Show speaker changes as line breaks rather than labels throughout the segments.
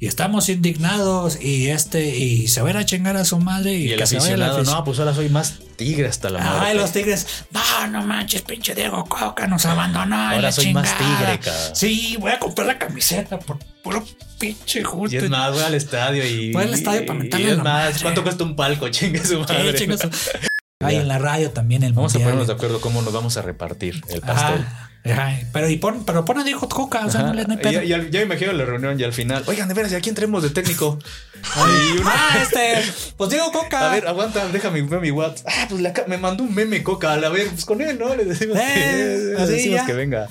y estamos indignados y este y se va a ir a chingar a su madre y,
Y el
que se vaya la
aficionado,
afic-
no, eh. pues ahora soy más tigre hasta la madre.
Ay, los tigres. No, no manches, pinche Diego Coca nos abandonó. y
Ah, Ahora
la
soy más
chingada.
tigre, cabrón.
Sí, voy a comprar la camiseta por puro pinche
Y
justo.
es más, voy al estadio y.
Voy al estadio para mentarle
y es
la
más,
madre.
¿cuánto cuesta un palco? Chingue su madre.
Ay, en la radio también el
Vamos a
mundial.
ponernos de acuerdo cómo nos vamos a repartir el pastel.
Ah, ay, pero y pon, pero pon a Diego Coca, o sea, no le no hay
Ajá.
pedo.
Ya, ya- ya me imagino la reunión y al final. Oigan, de veras, ¿y a quién traemos de técnico? Y uno-
Ah, este, pues Diego Coca.
A ver, aguanta, déjame ver mi WhatsApp. Ah, pues la ca- me mandó un meme coca. A la ver, pues con él, ¿no? Le decimos,
Eh,
que, le
así
decimos
ya.
que venga.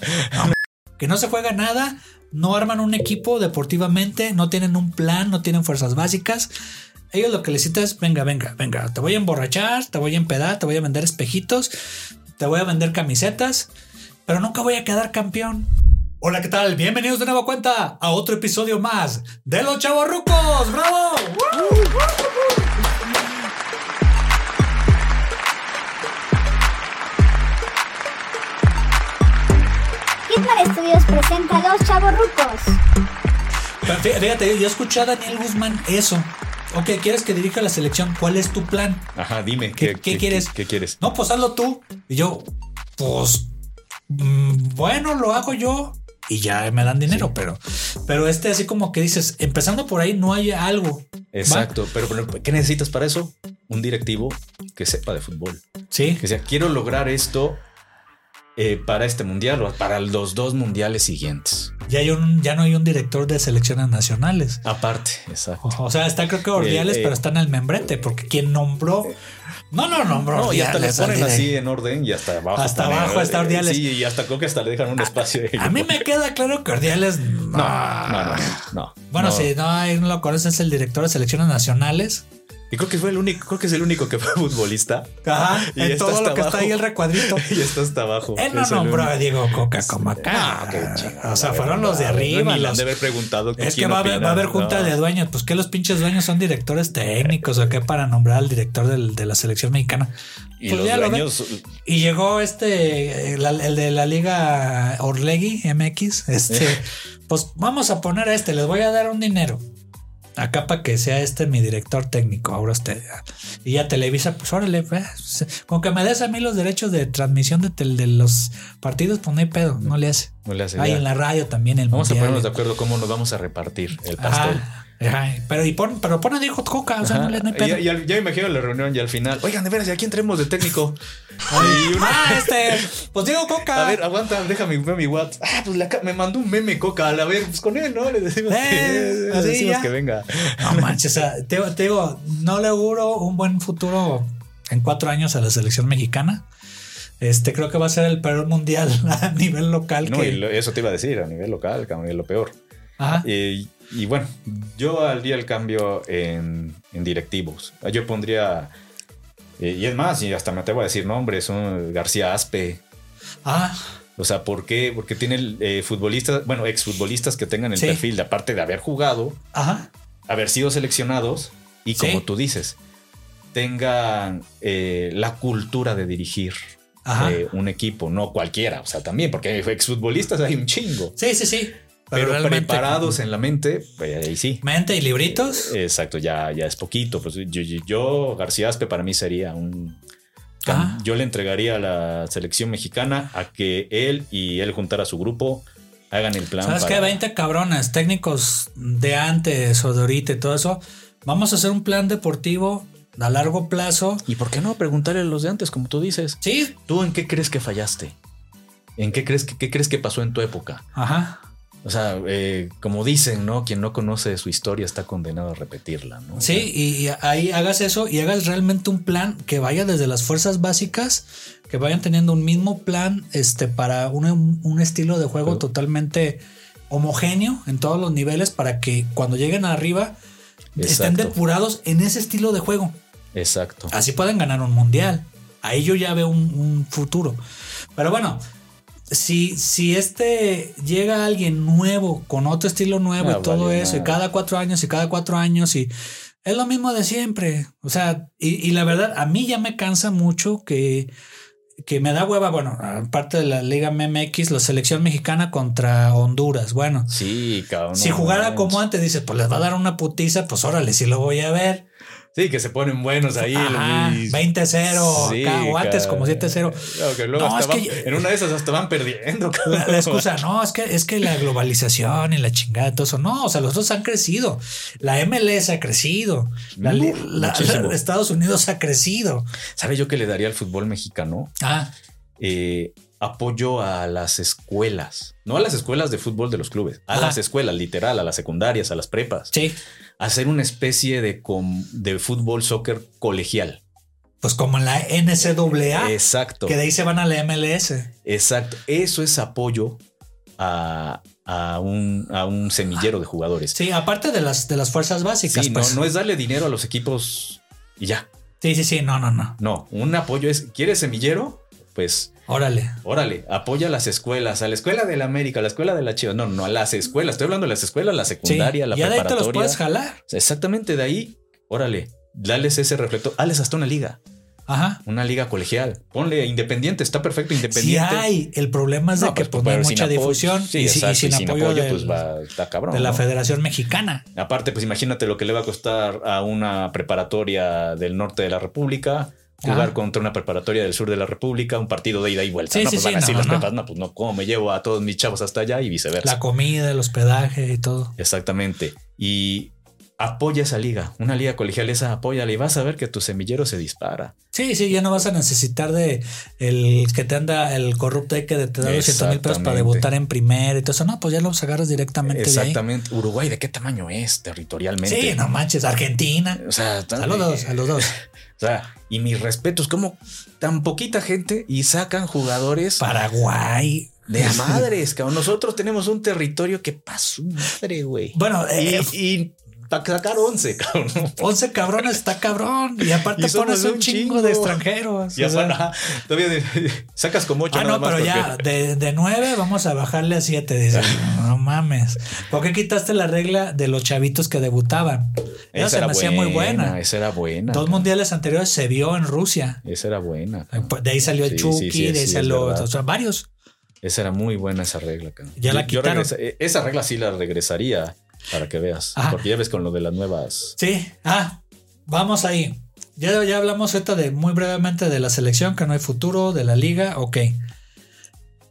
que no se juega nada, no arman un equipo deportivamente, no tienen un plan, no tienen fuerzas básicas. Ellos lo que les cita es, venga, venga, venga, te voy a emborrachar, te voy a empedar, te voy a vender espejitos, te voy a vender camisetas, pero nunca voy a quedar campeón. Hola, ¿qué tal? Bienvenidos de nueva cuenta a otro episodio más de Los Chavorrucos. ¡Bravo!
Hitler Studios presenta a Los Chavorrucos.
Pero fí- Fíjate, yo escuché a Daniel Guzmán eso. Ok, ¿quieres que dirija la selección? ¿Cuál es tu plan?
Ajá, dime.
¿Qué, qué quieres?
¿Qué, quieres?
No, pues hazlo tú. Y yo, pues, mm, bueno, lo hago yo y ya me dan dinero, pero, pero este así como que dices, empezando por ahí no hay algo.
Exacto, pero, pero ¿qué necesitas para eso? Un directivo que sepa de fútbol.
Sí.
Que sea, quiero lograr esto eh, para este mundial o para los dos mundiales siguientes.
Ya, hay un, ya no hay un director de selecciones nacionales.
Aparte, exacto.
O sea, está creo que Ordiales,
Eh, eh.
pero está en el membrete, porque quien nombró. No, no nombró.
No, y hasta le
Ordiales al
ponen
direct-
así en orden y hasta abajo.
Hasta
ponen,
abajo está
eh,
Ordiales.
Sí, y hasta creo que hasta le dejan un espacio. ahí.
A mí me queda claro que Ordiales.
No, no, no. no,
Bueno,
no.
si no, ahí no lo conoces, es el director de selecciones nacionales.
Y creo que fue el único, creo que es el único que fue futbolista.
Ajá,
Y
en
está
todo
hasta
lo que está
abajo.
ahí el recuadrito.
y está hasta abajo.
Él no
Es el
nombró a
único.
Diego Coca como acá.
Ah, qué chingada,
o sea,
la
fueron
verdad.
los de arriba.
Ni le han
los-
de haber preguntado.
Es que
quién
va a, haber,
opina,
va a haber junta
no.
de dueños. Pues que los pinches dueños son directores técnicos o qué para nombrar al director del- de la selección mexicana.
Y
Pues
los
ya lo ven.
dueños,
Y llegó este, eh, la- el de la liga Orlegui MX. Este,
Eh.
pues vamos a poner a este, les voy a dar un dinero. Acá para que sea este mi director técnico. Ahora usted. Y ya Televisa, pues órale, pues, con que me des a mí los derechos de transmisión de, tel- de los partidos, pues no hay pedo, no le hace.
no uh, le hace
Ahí
idea.
en la radio también el
Vamos a
mundial.
ponernos de acuerdo cómo nos vamos a repartir el pastel.
Ajá, ajá. pero y pon, pero pon a Diego Coca, o sea,
Ajá.
no le no hay
Y-
pedo.
y al- ya me imagino la reunión y al final, oigan, de veras, ¿y a quién traemos de técnico? Y uno-
Ah, este, pues Diego Coca.
a ver, aguanta, déjame ver mi WhatsApp. Ah, pues la ca- me mandó un meme coca. A la ver, pues con él, ¿no? Le decimos,
Eh,
que,
así
le decimos
ya.
que venga.
No manches, o sea, te, te digo, no le auguro un buen futuro en cuatro años a la selección mexicana. Este creo que va a ser el peor mundial a nivel local.
No,
que-
y lo- eso te iba a decir a nivel local, cabrón, es lo peor.
Ajá.
Eh, y bueno, yo haría el cambio en, en directivos. Yo pondría. eh, y es más, y hasta me atrevo a decir nombres, un García Aspe.
Ah,
O sea, ¿por qué? Porque tiene eh, futbolistas, bueno, exfutbolistas que tengan el
Sí.
perfil, de, aparte de haber jugado,
ajá.
haber sido seleccionados y,
Sí.
como tú dices, tengan eh, la cultura de dirigir
Ajá.
eh, un equipo, no cualquiera. O sea, también, porque exfutbolistas hay un chingo.
Sí, sí, sí.
Pero,
realmente-
preparados Eh, en la mente, pues ahí sí.
Mente y libritos.
Exacto, ya, ya es poquito. Pues yo, yo- yo, García Aspe, para mí sería un.
Ah.
Yo le entregaría a la selección mexicana a que él y él juntara su grupo, hagan el plan.
¿Sabes
para-
qué? 20 cabrones técnicos de antes o de ahorita y todo eso. Vamos a hacer un plan deportivo a largo plazo.
¿Y por qué no preguntarle a los de antes, como tú dices?
Sí.
¿Tú en qué crees que fallaste? ¿En qué crees que, qué crees que pasó en tu época?
Ajá.
O sea, eh, como dicen, ¿no? Quien no conoce su historia está condenado a repetirla, ¿no? O sea,
Sí, y, y ahí hagas eso y hagas realmente un plan que vaya desde las fuerzas básicas, que vayan teniendo un mismo plan este, para un, un estilo de juego
Juego.
totalmente homogéneo en todos los niveles para que cuando lleguen arriba estén
Exacto.
depurados en ese estilo de juego.
Exacto.
Así pueden ganar un mundial. Ahí yo ya veo un, un futuro. Pero bueno, si, si este llega alguien nuevo, con otro estilo nuevo
Ah,
y todo
vale,
eso, y
madre.
cada cuatro años y cada cuatro años, y es lo mismo de siempre. O sea, y, y la verdad, a mí ya me cansa mucho que que me da hueva, bueno, aparte de la Liga MMX, la selección mexicana contra Honduras. Bueno,
Sí, cabrón.
si
no
jugara
manches.
como antes, dices, pues les va a dar una putiza, pues órale, si lo voy a ver.
Sí, que se ponen buenos Pues ahí.
Ajá,
y-
20-0, acá, o antes como 7-0.
No, que luego
No,
hasta
es
van-
que-
en una de esas hasta van perdiendo.
La,
cabrón.
la excusa, no, es que, es que la globalización y la chingada, todo eso, no, o sea, los dos han crecido. La MLS ha crecido, la, li-
Uh,
la-
muchísimo.
la- Estados Unidos ha crecido.
¿Sabe yo que le daría al fútbol mexicano?
Ah,
Eh, apoyo a las escuelas. No a las escuelas de fútbol de los clubes. A
Ajá.
las escuelas, literal, a las secundarias, a las prepas.
sí,
Hacer una especie de, com- de fútbol soccer colegial.
pues como en la NCAA,
Exacto.
que de ahí se van a la MLS.
Exacto. Eso es apoyo a, a un, a un semillero de jugadores.
Sí, aparte de las, de las fuerzas básicas.
Sí, no,
pues.
no es darle dinero a los equipos y ya.
Sí, sí, sí, no, no, no.
No, un apoyo es, ¿quieres semillero? Pues
Órale.
órale, apoya a las escuelas, a la escuela de la América, a la escuela de la Chivas. No, no, a las escuelas. Estoy hablando de las escuelas, la
Sí,
secundaria, la
ya de ahí te los
preparatoria.
puedes jalar.
Exactamente de ahí, órale, dales ese reflector, dales hasta una liga,
Ajá.
una liga colegial. Ponle independiente, está perfecto,
Sí
independiente.
hay, el problema es de
No,
que
pues,
pues, no hay
pero sin
mucha
apoyo-
difusión
sí,
y, si- y
exacto,
sin, apoyo, del-
pues va, está cabrón.
de la
¿no?
Federación Mexicana.
Aparte, pues imagínate lo que le va a costar a una preparatoria del norte de la República jugar
Ajá.
contra una preparatoria del sur de la República, un partido de ida y vuelta.
Sí,
no,
sí,
pues
sí,
van a decir
no,
las
no.
prepas, no, pues no, ¿cómo me llevo a todos mis chavos hasta allá y viceversa?
La comida, el hospedaje y todo.
Exactamente. Y apoya esa liga, una liga colegial esa, apóyala y vas a ver que tu semillero se dispara.
Sí, sí, ya no vas a necesitar de el que te anda el corrupto ahí que te da 200 mil pesos para
Exactamente.
debutar en primer y todo eso. No, pues ya los agarras directamente de ahí.
Exactamente. Uruguay, ¿de qué tamaño es territorialmente?
Sí, no manches, Argentina.
O sea, tan-
Saludos a los dos.
O sea, y mis respetos, como tan poquita gente y sacan jugadores
Paraguay.
De a madres, cabrón. Nosotros tenemos un territorio que pasó madre, güey.
Bueno,
Y,
eh,
y para sacar 11, cabrón.
11 cabrones está cabrón. Y aparte
Y somos
pones un
un
chingo,
chingo.
de extranjeros.
Ya
o sea.
van a- todavía de- sacas como 8.
Ah, no, pero ya de, de 9 vamos a bajarle a 7. Dice, no mames. ¿Por qué quitaste la regla de los chavitos que debutaban? Esa se me hacía muy buena.
Esa era buena.
Dos mundiales anteriores se vio en Rusia.
Esa era buena. cabrón.
De ahí salió el
Sí, sí,
Chucky,
sí,
de ahí
sí, es
salió
verdad.
o sea, varios.
Esa era muy buena esa regla, cabrón.
Ya la
Yo- yo
quitaron.
regresa- eh, esa regla sí la regresaría para que veas.
Ajá.
Porque ya ves con lo de las nuevas.
Sí, ah, vamos ahí. Ya, ya hablamos ahorita de muy brevemente de la selección, que no hay futuro, de la liga, ok.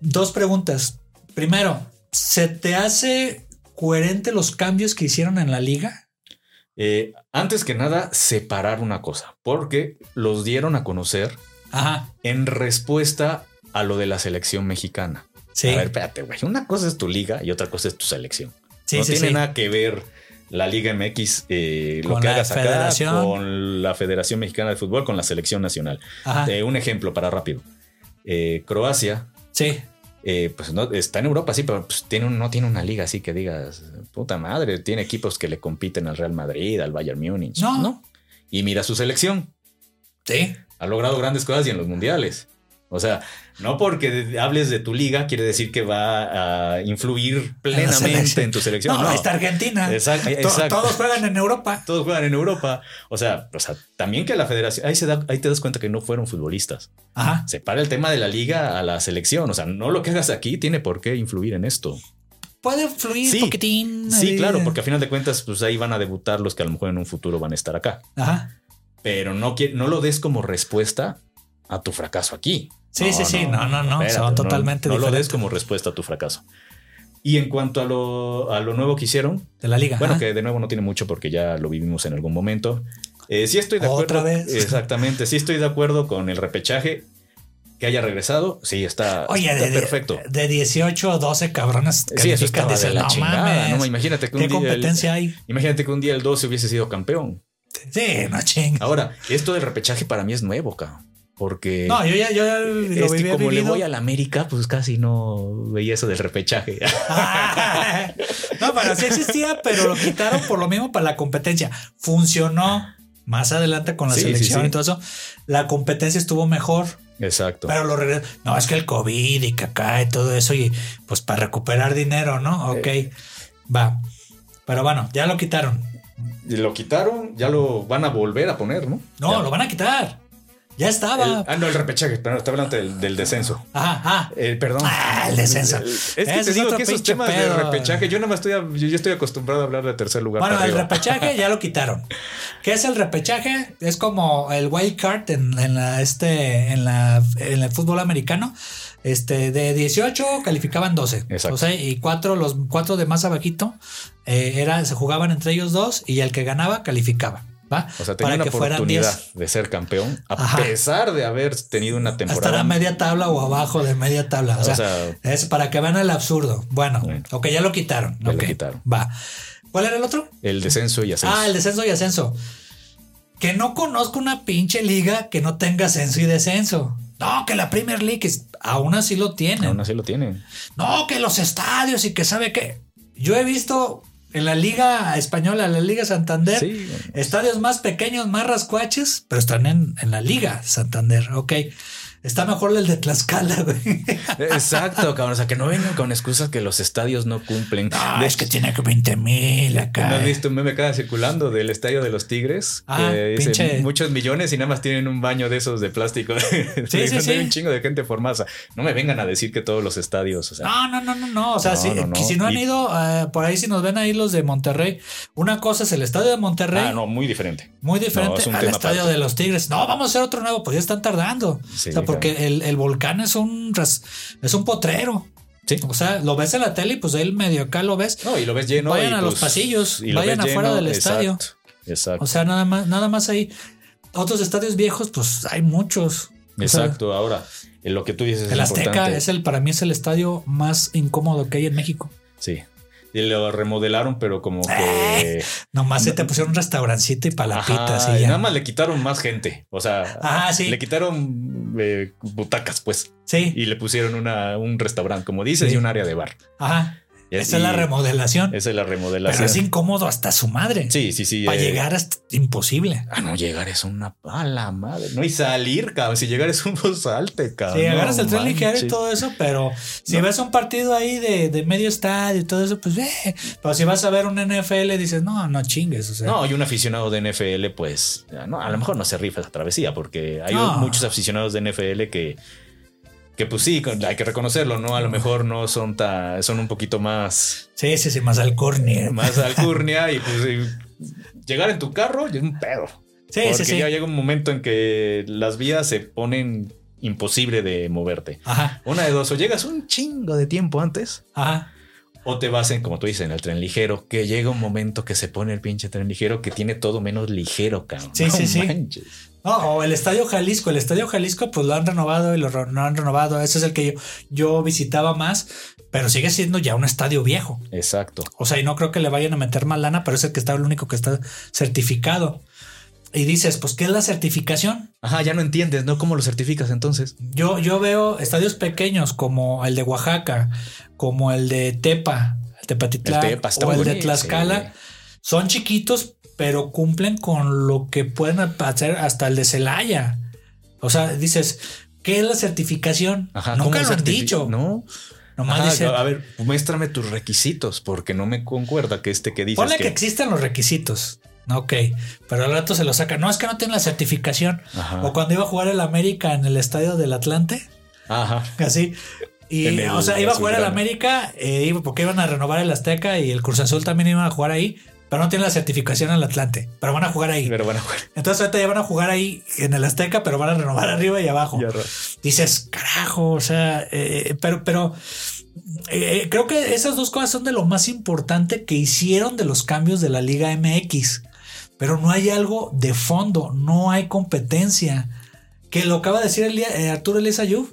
Dos preguntas. Primero, ¿se te hace coherente los cambios que hicieron en la liga?
Eh, antes que nada, separar una cosa. Porque los dieron a conocer
Ajá,
en respuesta a lo de la selección mexicana.
sí.
A ver, espérate, güey. Una cosa es tu liga y otra cosa es tu selección.
sí,
no
sí,
tiene
sí.
nada que ver la Liga MX, eh, lo
Con
que
la
hagas acá,
federación.
con la Federación Mexicana de Fútbol, con la selección nacional.
Ajá,
Eh, un ejemplo para rápido. Eh, Croacia,
sí.
eh, pues no, está en Europa, sí, pero pues, tiene un- no tiene una liga así que digas, puta madre, tiene equipos que le compiten al Real Madrid, al Bayern Múnich.
No.
Y mira su selección
Sí.
ha logrado grandes cosas y en los mundiales. O sea, no porque de- hables de tu liga quiere decir que va a influir plenamente
selección.
en tu selección.
No,
No,
ahí está Argentina.
Exact-
To-
exacto.
Todos juegan en Europa.
Todos juegan en Europa. O sea, o sea, también que la federación. Ahí, se da, ahí te das cuenta que no fueron futbolistas.
Ajá.
Separa el tema de la liga a la selección. O sea, no lo que hagas aquí tiene por qué influir en esto.
Puede fluir
Sí.
poquitín.
Sí,
ahí.
claro, porque a final de cuentas, pues ahí van a debutar los que a lo mejor en un futuro van a estar acá.
Ajá.
Pero no, quie- no lo des como respuesta a tu fracaso aquí.
Sí, sí, sí. No, no, no.
espérate,
son totalmente
no, lo
diferentes
des como respuesta a tu fracaso. Y en cuanto a lo, a lo nuevo que hicieron,
de la liga.
bueno,
ajá.
que de nuevo no tiene mucho porque ya lo vivimos en algún momento. Eh, sí estoy de
¿Otra
acuerdo.
vez?
Exactamente, sí estoy de acuerdo con el repechaje que haya regresado. Sí, está,
Oye,
está
de, de-
perfecto.
de 18 o 12 cabrones
sí,
califican,
eso estaba de
dicen,
la
no
chingada,
mames,
¿no? Imagínate que un
¿Qué
día el-
competencia hay?
imagínate que un día el 12 hubiese sido campeón.
Sí, no chingas.
Ahora, esto del repechaje para mí es nuevo, cabrón. Porque
No, yo ya, yo ya lo
es que
viví,
como le
vivido.
voy a la América, pues casi no veía eso del repechaje.
Ah, no, pero sí existía, pero lo quitaron por lo mismo para la competencia. Funcionó más adelante con la
Sí, sí,
selección
sí.
y todo eso. La competencia estuvo mejor,
Exacto.
pero lo regres- No, es que el COVID y que acá y todo eso, y pues para recuperar dinero, ¿no? Ok, va. Pero bueno, ya lo quitaron.
Y lo quitaron, ya lo van a volver a poner, ¿no?
No,
Ya.
lo van a quitar. Ya estaba.
El- ah, no, el repechaje, pero está hablando del, del descenso.
Ajá, ajá.
Eh, perdón.
Ah, el descenso.
El- Es
Ese
que te
es
digo
otro
que esos
pinche
temas
pedo.
de repechaje, yo nada más estoy, a- yo, yo estoy acostumbrado a hablar de tercer lugar.
Bueno,
para
el
arriba.
repechaje ya lo quitaron. ¿Qué es el repechaje? Es como el wild card en, en la este en la en el fútbol americano. Este de 18 calificaban 12.
Exacto.
O sea, y cuatro los cuatro de más abajito eh, era se jugaban entre ellos dos y el que ganaba calificaba, ¿va?
O sea, tenía una oportunidad de ser campeón, a
Ajá.
pesar de haber tenido una
Estará
temporada.
a media tabla o abajo de media tabla. O,
O
sea,
sea,
es para que vean el absurdo. Bueno,
Bueno.
ok, ya lo quitaron.
Ya lo
ok,
quitaron.
Va. ¿Cuál era el otro?
el descenso y ascenso.
Ah, el descenso y ascenso. Que no conozco una pinche liga que no tenga ascenso y descenso. No, que la Premier League es- aún así lo tiene.
Aún así lo tienen.
No, que los estadios y que sabe qué. Yo he visto en la liga española, la liga Santander,
Sí.
estadios más pequeños, más rascuaches, pero están en, en la liga Santander, ok. Está mejor el de Tlaxcala, güey.
Exacto, cabrón. O sea, que no vengan con excusas que los estadios no cumplen.
No,
De
es que tiene que 20 mil acá.
¿No has visto un meme que anda circulando del Estadio de los Tigres?
Ah,
que dice
pinche.
muchos millones y nada más tienen un baño de esos de plástico. Sí,
sí, sí.
Hay un chingo de gente formosa. No me vengan a decir que todos los estadios, o sea,
No, no, no, no, no. O sea,
No,
si,
no, no.
que si no han
Y-
ido, eh, por ahí si nos ven ahí los de Monterrey, una cosa es el estadio de Monterrey,
ah, no, muy diferente.
muy
No,
diferente
es un
al
tema
estadio
aparte.
de los Tigres. No, vamos a hacer otro nuevo, pues ya están tardando.
Sí,
o sea, porque el, el volcán es un ras- es un potrero.
Sí.
O sea, lo ves en la tele y pues ahí medio acá lo ves.
No, y lo ves lleno.
Vayan
y,
a los
pues,
pasillos,
lo
vayan
ves
afuera del estadio.
Exacto. exacto.
O sea, nada más, nada más ahí. Otros estadios viejos, pues hay muchos. O sea,
Exacto. Ahora, en lo que tú dices
el
es
Azteca
importante.
es el, para mí es el estadio más incómodo que hay en México.
Sí. Y lo remodelaron, pero como
Eh,
que.
Nomás se te pusieron un restaurancito y palapitas
Ajá,
y
y
ya.
nada más le quitaron más gente. O sea,
Ah, sí.
le quitaron eh, butacas, pues.
Sí.
Y le pusieron una, un restaurante, como dices,
Sí.
y un área de bar.
Ajá.
Y
Esa es la
y
remodelación.
Esa es la
pero
remodelación.
es incómodo hasta su madre.
sí, sí, sí.
Para
eh,
llegar es imposible.
Ah, no, llegar es una pala madre. No, y salir, cabrón. Si llegar es un salte, cabrón.
Si agarras
Ah, No
el tren ligero y
manches.
todo eso, pero si
No.
ves un partido ahí de, de medio estadio y todo eso, pues ve. Pero si vas a ver un NFL, dices, no, no chingues. O sea,
No, y un aficionado de NFL, pues, ya, no, a lo mejor no se rifa esa travesía, porque hay
No.
muchos aficionados de NFL que, que pues sí, con- hay que reconocerlo, ¿no? A lo mejor no son tan, son un poquito más,
Sí, sí, sí, más al corner.
más alcurnia y pues y llegar en tu carro es un pedo.
Sí,
porque
sí, sí.
ya llega un momento en que las vías se ponen imposible de moverte.
Ajá,
Una de dos, o llegas un chingo de tiempo antes,
ajá.
o te vas en, como tú dices, en el tren ligero, que llega un momento que se pone el pinche tren ligero que tiene todo menos ligero, cabrón.
Sí, sí, sí.
manches.
No, o el Estadio Jalisco. El Estadio Jalisco, pues lo han renovado y lo re- no han renovado. Ese es el que yo, yo visitaba más, pero sigue siendo ya un estadio viejo.
Exacto.
O sea, y no creo que le vayan a meter más lana, pero es el que está el único que está certificado. Y dices, pues, ¿qué es la certificación?
Ajá, ya no entiendes, ¿no? ¿Cómo lo certificas entonces?
Yo, yo veo estadios pequeños como el de Oaxaca, como el de Tepa, el Tepatitlán,
El Tepa, está
o el
muy
de
bonito,
Tlaxcala. Son chiquitos, pero cumplen con lo que pueden hacer hasta el de Celaya. O sea, dices, ¿qué es la certificación? Nunca
¿cómo
lo han
certifi-
dicho.
No.
Nomás
Ajá,
dice,
a ver, muéstrame tus requisitos, porque no me concuerda que este que dices
Ponle que,
que...
existen los requisitos. Ok, pero al rato se lo sacan. No, es que no tiene la certificación.
Ajá.
O cuando iba a jugar el América en el estadio del Atlante,
Ajá.
así. Y,
En el
o sea, iba a jugar el
Azulgrana.
América eh, iba- porque iban a renovar el Azteca y el Cruz Azul también iban a jugar ahí, pero no tienen la certificación al Atlante, pero van a jugar ahí.
Pero bueno, bueno,
Entonces ahorita ya van a jugar ahí en el Azteca, pero van a renovar arriba y abajo
ya ra-
dices, carajo, o sea, eh, pero, pero eh, creo que esas dos cosas son de lo más importante que hicieron de los cambios de la Liga MX. Pero no hay algo de fondo, no hay competencia. Que lo acaba de decir Elia- eh, Arturo Elías Ayub,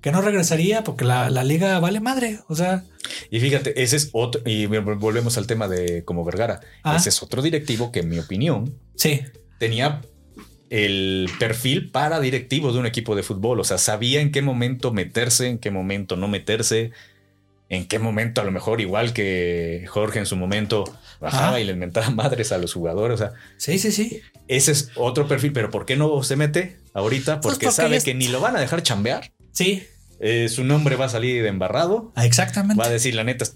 que no regresaría porque la, la liga vale madre. O sea,
Y fíjate, ese es otro, y volvemos al tema de como Vergara.
Ah.
Ese es otro directivo que, en mi opinión,
sí,
tenía el perfil para directivo de un equipo de fútbol. O sea, sabía en qué momento meterse, en qué momento no meterse, en qué momento a lo mejor igual que Jorge en su momento bajaba
Ajá.
y le inventaba madres a los jugadores. O sea,
sí, sí, sí.
ese es otro perfil, pero ¿por qué no se mete ahorita?
Pues
Porque,
porque ya
sabe
es-
que ni lo van a dejar chambear.
Sí,
Eh, su nombre va a salir embarrado.
exactamente.
Va a decir, la neta,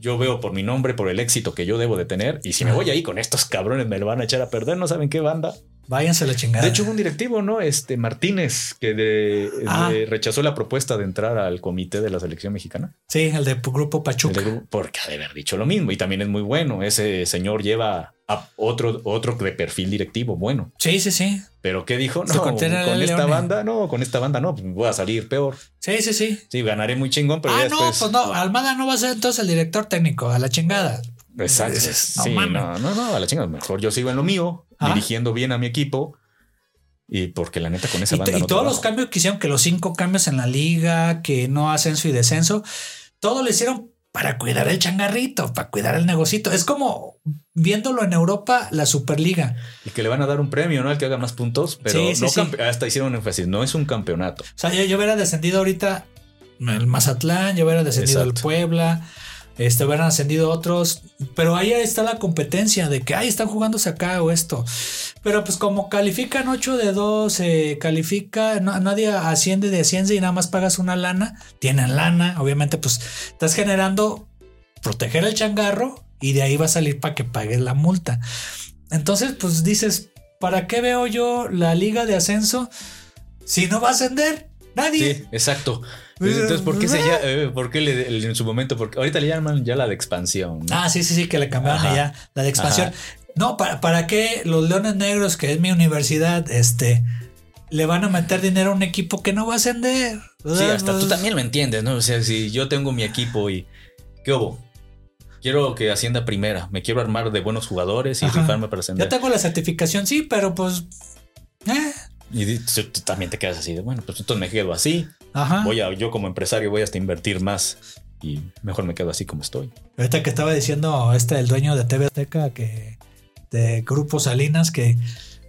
yo veo por mi nombre, por el éxito que yo debo de tener. Y si me voy ahí con estos cabrones, me lo van a echar a perder. No saben qué banda.
Váyanse a la chingada.
De hecho, hubo un directivo, ¿no? Este Martínez, que de-
Ah.
de- rechazó la propuesta de entrar al comité de la selección mexicana.
sí, el de Grupo Pachuca.
El de grupo, porque ha de haber dicho lo mismo. Y también es muy bueno. Ese señor lleva a otro, otro de perfil directivo bueno.
Sí, sí, sí.
Pero ¿qué dijo?
Se
No, con
contiene el
esta
Leone.
banda, no, con esta banda no, pues voy a salir peor.
Sí, sí, sí.
Sí, ganaré muy chingón, pero
ah,
ya
no,
después.
pues no, Almada no va a ser entonces el director técnico, a la chingada.
Exacto.
Dices, no
sí, no,
mames.
no, no, a la chingada. Mejor yo sigo en lo mío,
Ajá.
dirigiendo bien a mi equipo. Y porque la neta con esa
Y,
banda.
y
no
todos los
trabajo.
cambios que hicieron, que los cinco cambios en la liga, que no ascenso y descenso, todo lo hicieron para cuidar el changarrito, para cuidar el negocito. Es como viéndolo en Europa, la Superliga.
Y que le van a dar un premio, ¿no? Al que haga más puntos, pero
Sí, sí,
no
sí.
campe- hasta hicieron un énfasis. No es un campeonato.
O sea, yo, yo hubiera descendido ahorita el Mazatlán, yo hubiera descendido el
Exacto.
Puebla, este, hubieran ascendido otros, pero ahí está la competencia de que, ay, están jugándose acá o esto. Pero pues como califican 8 de 12, califica, no- nadie asciende de asciende y nada más pagas una lana, tienen lana, obviamente pues estás generando proteger el changarro y de ahí va a salir para que pagues la multa. Entonces pues dices, ¿para qué veo yo la liga de ascenso si no va a ascender? Nadie.
Sí, exacto. Entonces, ¿por qué, se llama- eh, ¿por qué le- le- en su momento? Porque ahorita le llaman ya la de expansión. ¿no?
Ah, sí, sí, sí, que le cambiaron
Ajá.
ya la de expansión. No, ¿para, ¿para qué los Leones Negros, que es mi universidad, este, le van a meter dinero a un equipo que no va a ascender? Pues,
sí, hasta
ah.
tú también lo entiendes, ¿no? O sea, si yo tengo mi equipo y. ¿Qué hubo? Quiero que ascienda primera. Me quiero armar de buenos jugadores y
Ajá.
rifarme para
Ya
ascender.
tengo la certificación, sí, pero pues... eh,
Y di- tú- tú también te quedas así de, bueno, pues entonces me quedo así.
ajá.
Voy a, yo como empresario voy hasta invertir más y mejor me quedo así como estoy.
Ahorita que estaba diciendo este el dueño de TV Azteca que de Grupo Salinas que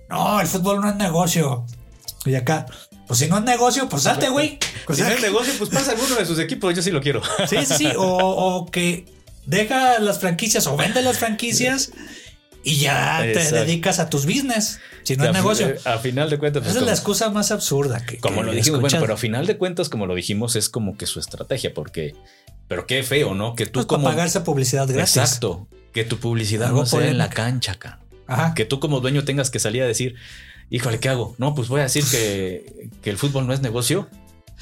no, el fútbol no es negocio. Y acá, pues si no es negocio, pues salte, güey. O
si
sea,
no es negocio, pues pasa alguno de sus equipos. Yo sí lo quiero.
sí, sí, sí. O, o que deja las franquicias o vende las franquicias y ya te
Exacto.
dedicas a tus business. Si no es
A fi-
negocio.
eh, A final de cuentas, pues,
Esa es
como-
la excusa más absurda que.
Como
que
lo
he
dijimos, bueno,
escuchado.
pero a final de cuentas, como lo dijimos, es como que su estrategia, porque, pero qué feo, ¿no? Que tú
Pues para
como...
pagarse publicidad gratis.
Exacto. Que tu publicidad
Algo
no sea en la
polémica.
cancha, acá.
Ajá.
Que tú como dueño tengas que salir a decir, híjole, ¿qué hago? No, pues voy a decir que, que el fútbol no es negocio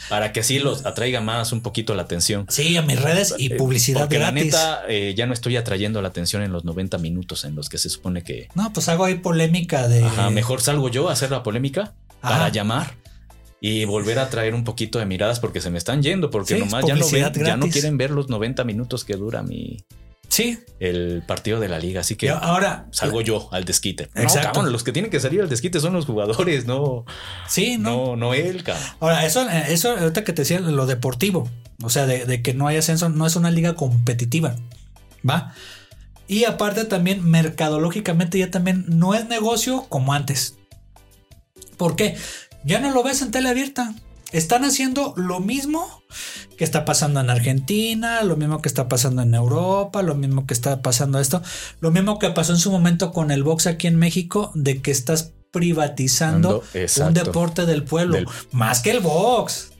para que así los atraiga más un poquito la atención.
Sí, a mis redes y
Eh,
publicidad
Porque
gratis.
la neta eh, ya no estoy atrayendo la atención en los 90 minutos en los que se supone que...
No, pues hago ahí polémica de.
Ajá, mejor salgo yo a hacer la polémica
Ajá.
para llamar y volver a traer un poquito de miradas porque se me están yendo, porque
Sí,
nomás ya no, ven-
publicidad
ya no
gratis.
quieren ver los 90 minutos que dura mi
Sí.
el partido de la liga, así
y
que
ahora.
salgo yo al desquite. No,
Exacto.
cabrón, los que tienen que salir al desquite son los jugadores, no
eh, Sí, no.
no no él, cabrón.
Ahora, eso, eh, eso ahorita que te decía lo deportivo, o sea, de, de que no hay ascenso, no es una liga competitiva, ¿va? Y aparte también, mercadológicamente ya también no es negocio como antes. ¿Por qué? Ya no lo ves en tele abierta. Están haciendo lo mismo que está pasando en Argentina, lo mismo que está pasando en Europa, lo mismo que está pasando esto, lo mismo que pasó en su momento con el box aquí en México, de que estás privatizando un
Exacto.
deporte del pueblo,
Del-
más que el box.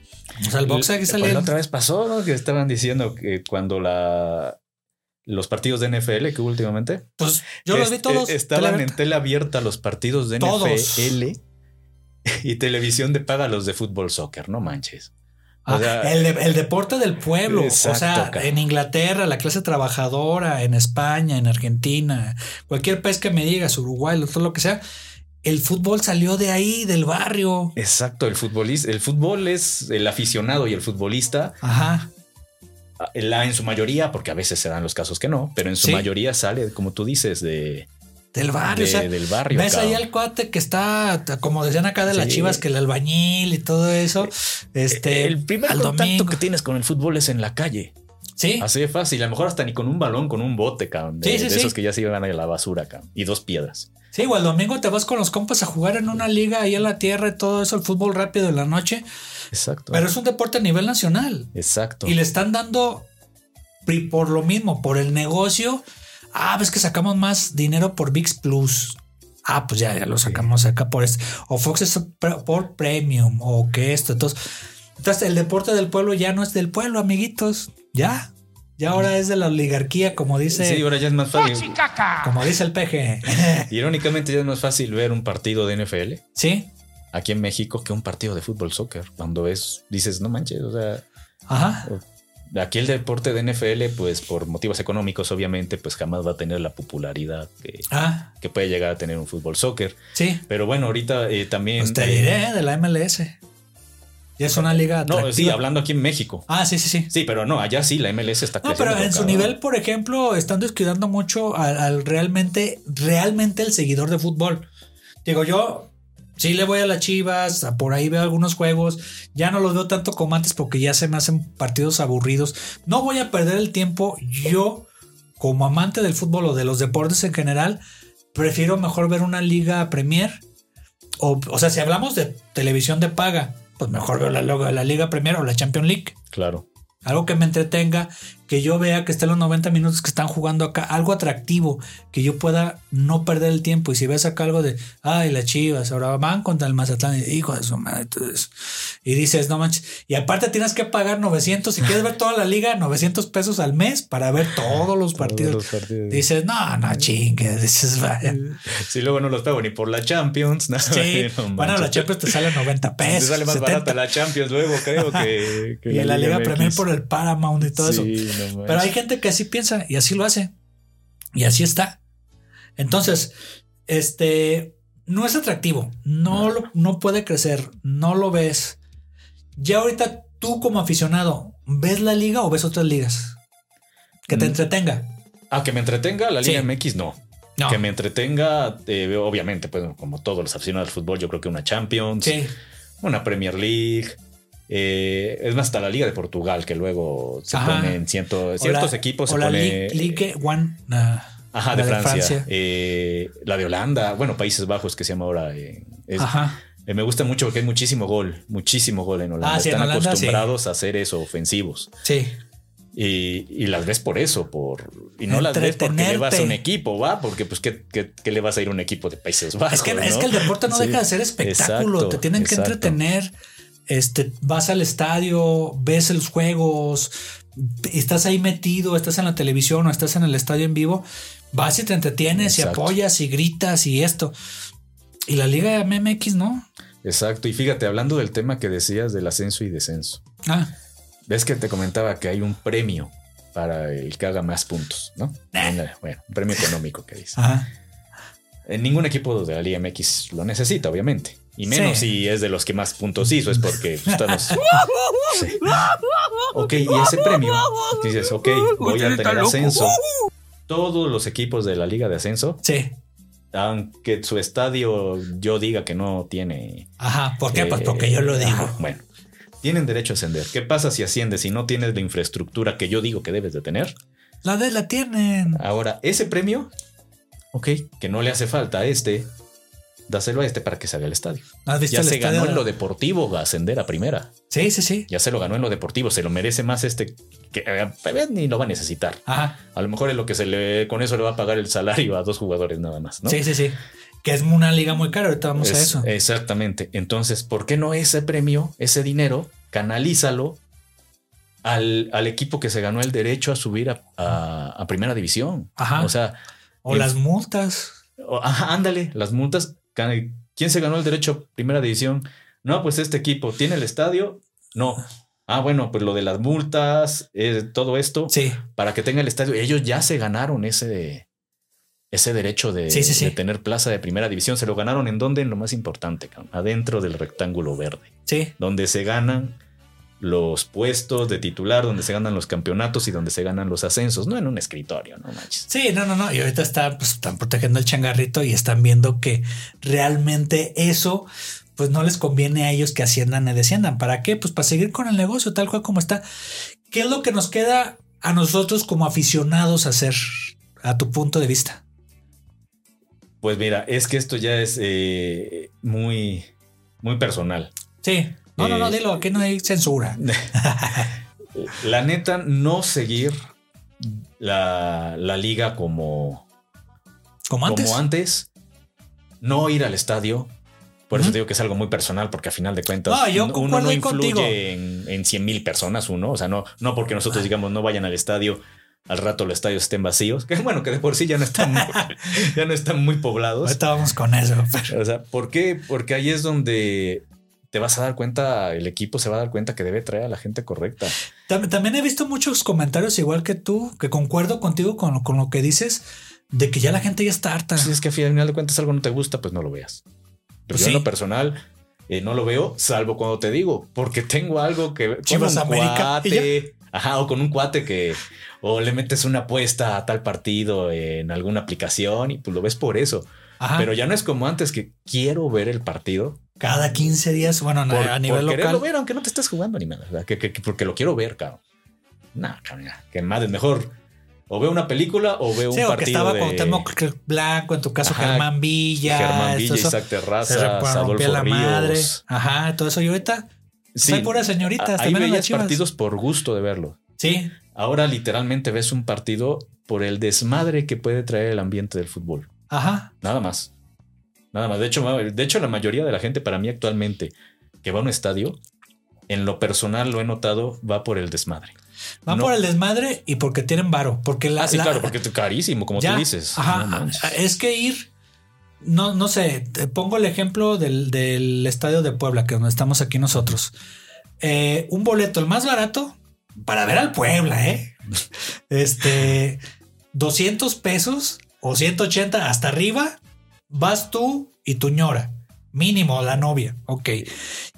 O sea, el box aquí
Pues
sale.
la otra vez pasó, ¿no? Que estaban diciendo que cuando la los partidos de NFL que hubo últimamente
Pues yo los vi
Este,
todos.
Estaban
tele
en
abierta.
tele abierta los partidos de
Todos.
NFL y televisión de paga los de fútbol soccer, no manches. O
Ah,
sea,
el, de- el deporte del pueblo. o
Exacto,
sea,
cabrón.
en Inglaterra, la clase trabajadora, en España, en Argentina, cualquier país que me digas, Uruguay, lo- todo lo que sea, el fútbol salió de ahí, del barrio.
Exacto, el futbolista, el fútbol es el aficionado y el futbolista,
Ajá.
la, en su mayoría, porque a veces se dan los casos que no, pero en su
Sí.
mayoría sale, como tú dices, de,
Del barrio.
de-
o sea,
del barrio.
Ves ahí
cabrón.
al cuate que está, como decían acá de las
Sí. Eh,
chivas, que el albañil y todo eso. Este,
el primer
al
contacto
domingo.
que tienes con el fútbol es en la calle.
Sí,
Así de fácil, a lo mejor hasta ni con un balón, con un bote, cabrón. De,
Sí, sí,
de
sí.
esos que ya se iban a la basura, cabrón. Y dos piedras.
Sí, o el domingo te vas con los compas a jugar en una liga ahí en la tierra y todo eso, el fútbol rápido en la noche,
Exacto.
pero es un deporte a nivel nacional
Exacto.
y le están dando pri- por lo mismo, por el negocio. Ah, ves que sacamos más dinero por VIX Plus. Ah, pues ya, ya lo sacamos acá por esto. O Fox es pre- por Premium o que esto. Entonces, entonces, el deporte del pueblo ya no es del pueblo, amiguitos. Ya. Ya ahora es de la oligarquía, como dice,
Sí, ahora ya es más fácil.
como dice el peje.
Irónicamente ya es más fácil ver un partido de NFL
sí,
aquí en México que un partido de fútbol soccer. Cuando es, dices, no manches, o sea,
ajá.
aquí el deporte de NFL, pues por motivos económicos, obviamente, pues jamás va a tener la popularidad que,
Ah,
que puede llegar a tener un fútbol soccer.
sí.
Pero bueno, ahorita eh, también.
Pues te
eh,
diré de la MLS. Ya es una liga
No, eh,
atractiva.
sí, hablando aquí en México.
Ah, sí, sí, sí.
Sí, pero no, allá sí, la MLS está
No,
creciendo.
pero en su
cabrón.
nivel, por ejemplo, están descuidando mucho al, al realmente, realmente el seguidor de fútbol. Digo, yo sí le voy a las chivas, a por ahí veo algunos juegos, ya no los veo tanto como antes porque ya se me hacen partidos aburridos. No voy a perder el tiempo, yo como amante del fútbol o de los deportes en general, prefiero mejor ver una liga Premier. O, o sea, si hablamos de televisión de paga, pues mejor veo la, la liga Premier o la Champions League
Claro.
algo que me entretenga, que yo vea que estén los 90 minutos que están jugando acá, algo atractivo, que yo pueda no perder el tiempo. Y si ves acá algo de, ay, las chivas, ahora van contra el Mazatlán, y, hijo de su madre, entonces, y dices, no manches, y aparte tienes que pagar 900, si quieres ver toda la liga, 900 pesos al mes para ver todos los partidos.
Los partidos.
Dices, no, no chingues, dices, vaya.
Sí, luego no los pago ni por la Champions. nada,
Sí,
no
bueno, la
manches.
Champions te sale 90
Te
pesos.
sale más
70,
barata la Champions luego, creo que. que
y en la Liga
MX.
Premier por el Paramount y todo eso.
Sí, no manches.
Pero hay gente que así piensa y así lo hace. Y así está. Entonces, este no es atractivo. No, lo- no puede crecer. No lo ves. Ya ahorita tú, como aficionado, ¿ves la liga o ves otras ligas? Que te
Mm.
entretenga.
Ah, que me entretenga la Liga
Sí.
MX, no.
No.
Que me entretenga, eh, obviamente, pues como todos los aficionados al fútbol, yo creo que una Champions,
Sí.
una Premier League. eh, es más, hasta la Liga de Portugal, que luego se
Ajá.
ponen ciento-
O
ciertos
la-
equipos.
O
se
la
pone- eh,
Ligue, Ligue One. ah,
Ajá,
la
de Francia. Eh, la de Holanda, bueno, Países Bajos, que se llama ahora. eh, es-
Ajá.
Eh, me gusta mucho porque hay muchísimo gol, muchísimo gol en Holanda.
Ah, sí, en
Están
Holanda,
acostumbrados a hacer eso, ofensivos.
Sí.
Y, y las ves por eso, por y no las ves porque le vas a un
Entretenerte.
equipo, va, porque pues qué, qué- qué le vas a ir a un equipo de Países Bajos.
Es que,
Ah, ¿no?
es que el deporte no
Sí.
deja de ser espectáculo,
Exacto,
te tienen que
exacto.
entretener. Este, vas al estadio, ves los juegos, estás ahí metido, estás en la televisión o estás en el estadio en vivo, vas y te entretienes y
Exacto.
apoyas y gritas y esto. Y la Liga MX, ¿no?
Exacto. Y fíjate, hablando del tema que decías del ascenso y descenso.
Ah,
Ves que te comentaba que hay un premio para el que haga más puntos, ¿no?
Ah.
En la- Bueno, un premio económico que dice.
ajá.
Eh, Ningún equipo de la Liga MX lo necesita, obviamente. Y menos
Sí.
si es de los que más puntos hizo, es porque pues, estamos. Sí. Ok, y ese premio. Dices, ok, voy a tener ascenso. Todos los equipos de la Liga de Ascenso,
Sí,
aunque su estadio yo diga que no tiene.
ajá. ¿Por qué? pues
eh,
porque yo lo digo.
ajá, Bueno, tienen derecho a ascender. ¿Qué pasa si asciendes y no tienes la infraestructura que yo digo que debes de tener?
La de la tienen.
Ahora, ese premio, ok, que no le hace falta a este, dáselo a este para que se haga el estadio.
¿No ¿Has visto
Ya
el
se
estadio?
ganó en lo deportivo a ascender a primera.
Sí, sí, sí.
Ya se lo ganó en lo deportivo. Se lo merece más este que eh, ni lo va a necesitar.
Ajá.
A lo mejor es lo que se le con eso le va a pagar el salario a dos jugadores nada más, ¿no?
Sí, sí, sí. Que es una liga muy cara, ahorita vamos a
Es- eh,
eso.
Exactamente. Entonces, ¿por qué no ese premio, ese dinero, canalízalo al, al equipo que se ganó el derecho a subir a, a- a primera división?
Ajá.
O sea,
o
y-
las multas.
O- ajá, ándale, las multas. Can- ¿Quién se ganó el derecho a primera división? No, pues este equipo. ¿Tiene el estadio? No. Ah, bueno, pues lo de las multas, eh, todo esto,
Sí.
para que tenga el estadio. Ellos ya se ganaron ese, ese derecho de,
Sí, sí, sí.
de tener plaza de primera división. Se lo ganaron en donde, en lo más importante, cabrón, adentro del rectángulo verde,
Sí,
donde se ganan los puestos de titular, donde se ganan los campeonatos y donde se ganan los ascensos, no en un escritorio, no manches.
sí, no, no, no. Y ahorita está, pues, están protegiendo el changarrito y están viendo que realmente eso, pues no les conviene a ellos que asciendan y desciendan. ¿Para qué? Pues para seguir con el negocio tal cual como está. ¿Qué es lo que nos queda a nosotros como aficionados hacer? A tu punto de vista.
Pues mira, es que esto ya es eh, muy, muy personal.
Sí. No, no, no,
Eh,
dilo, aquí no hay censura.
La neta, no seguir la, la liga como
Como
como
antes.
antes. no ir al estadio, Por eso
Ujú.
te digo que es algo muy personal, porque a final de cuentas
No, yo
n- uno
concuerdo
no
ahí contigo.
influye en, en 100 mil personas, uno. O sea, no, no porque
Ah.
nosotros digamos no vayan al estadio, al rato los estadios estén vacíos. Que bueno, que de por sí ya no están, ya no están muy poblados.
Ahorita vamos con eso. pero-
O sea, ¿por qué? Porque ahí es donde te vas a dar cuenta, el equipo se va a dar cuenta que debe traer a la gente correcta.
Tam- También he visto muchos comentarios, igual que tú, que concuerdo contigo con, lo- con lo que dices, de que ya la gente ya está harta.
Si es que al final de cuentas algo no te gusta, pues no lo veas. Pero
Pues
yo en
sí.
lo personal eh, no lo veo, salvo cuando te digo, porque tengo algo que ver con
Chivas
un
América, y
cuate, ajá, o con un cuate que o le metes una apuesta a tal partido en alguna aplicación y pues lo ves por eso.
Ajá.
Pero ya no es como antes que quiero ver el partido
Cada 15 días, bueno, a-
por,
a nivel
por quererlo
local.
ver, aunque no te estés jugando ni nada, o sea, que, que- que porque lo quiero ver, cabrón. No, cabrón, ya, que madre, mejor o veo una película o veo
Sí,
un
o que
partido
estaba
de
Cuauhtémoc Blanco, en tu caso
Ajá,
Germán Villa.
Germán
esto,
Villa,
eso.
Isaac
se
Terraza,
rompió
Adolfo
la madre.
Ríos.
Ajá, todo eso. Y ahorita
Sí,
hay puras señoritas
ahí
también en las
veías
chivas.
partidos por gusto de verlo.
Sí,
Ahora literalmente ves un partido por el desmadre que puede traer el ambiente del fútbol.
ajá.
Nada más. Nada más. De hecho, ma- de hecho, la mayoría de la gente para mí actualmente que va a un estadio, en lo personal lo he notado, va por el desmadre.
Van
No.
por el desmadre y porque tienen varo. Porque la,
Ah, sí,
la-
claro, porque es carísimo, como tú dices. No
Ajá. Ah, eh,
manches.
es que ir. No, no sé, te pongo el ejemplo del, del estadio de Puebla, que es donde estamos aquí nosotros. Eh, un boleto, el más barato, para ver al Puebla, ¿eh? Este, 200 pesos o 180 hasta arriba, vas tú y tu ñora. Mínimo, la novia. Ok.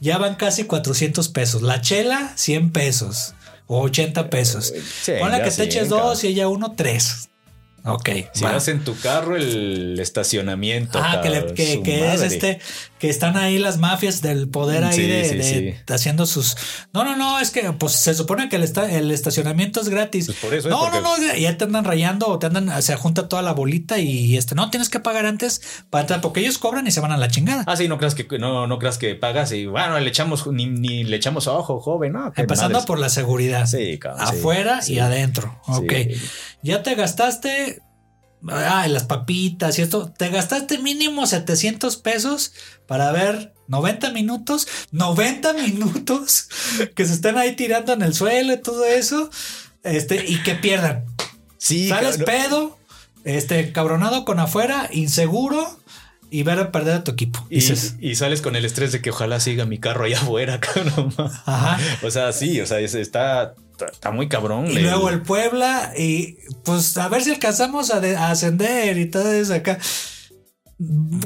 Ya van casi 400 pesos. La chela, 100 pesos o 80 pesos.
Sí,
Ponle
Eh, ya
que te
sí,
eches
cabrón.
dos y ella uno, tres. Ok.
Si
va.
vas en tu carro, el estacionamiento.
Ah, que, le-
cabrón,
que-
su
que es
madre.
este, que están ahí las mafias del poder ahí
Sí,
de,
sí,
de- haciendo sus. No, no, no, es que pues se supone que el, esta- el estacionamiento es gratis.
Pues por eso es
No,
porque-
no, no, ya te andan rayando o te andan, se junta toda la bolita y este, no, tienes que pagar antes para entrar, porque ellos cobran y se van a la chingada.
Ah, sí, no creas que no, no creas que pagas y bueno, le echamos ni, ni le echamos ojo, joven, no, qué
Empezando
madres.
por la seguridad.
Sí, cabrón, sí,
afuera
sí,
y adentro.
sí.
Ok. Ya te gastaste. Ay, las papitas y esto. Te gastaste mínimo 700 pesos para ver 90 minutos. 90 minutos que se están ahí tirando en el suelo y todo eso. Este, y que pierdan.
Sí,
Sales
cabrón.
pedo, este, cabronado con afuera, inseguro y ver a perder a tu equipo.
y,
Dices,
y sales con el estrés de que ojalá siga mi carro allá afuera, cabrón.
ajá.
O sea, sí, o sea, es- está, está muy cabrón.
Y luego el Puebla y pues a ver si alcanzamos a, de- a ascender y todo eso acá.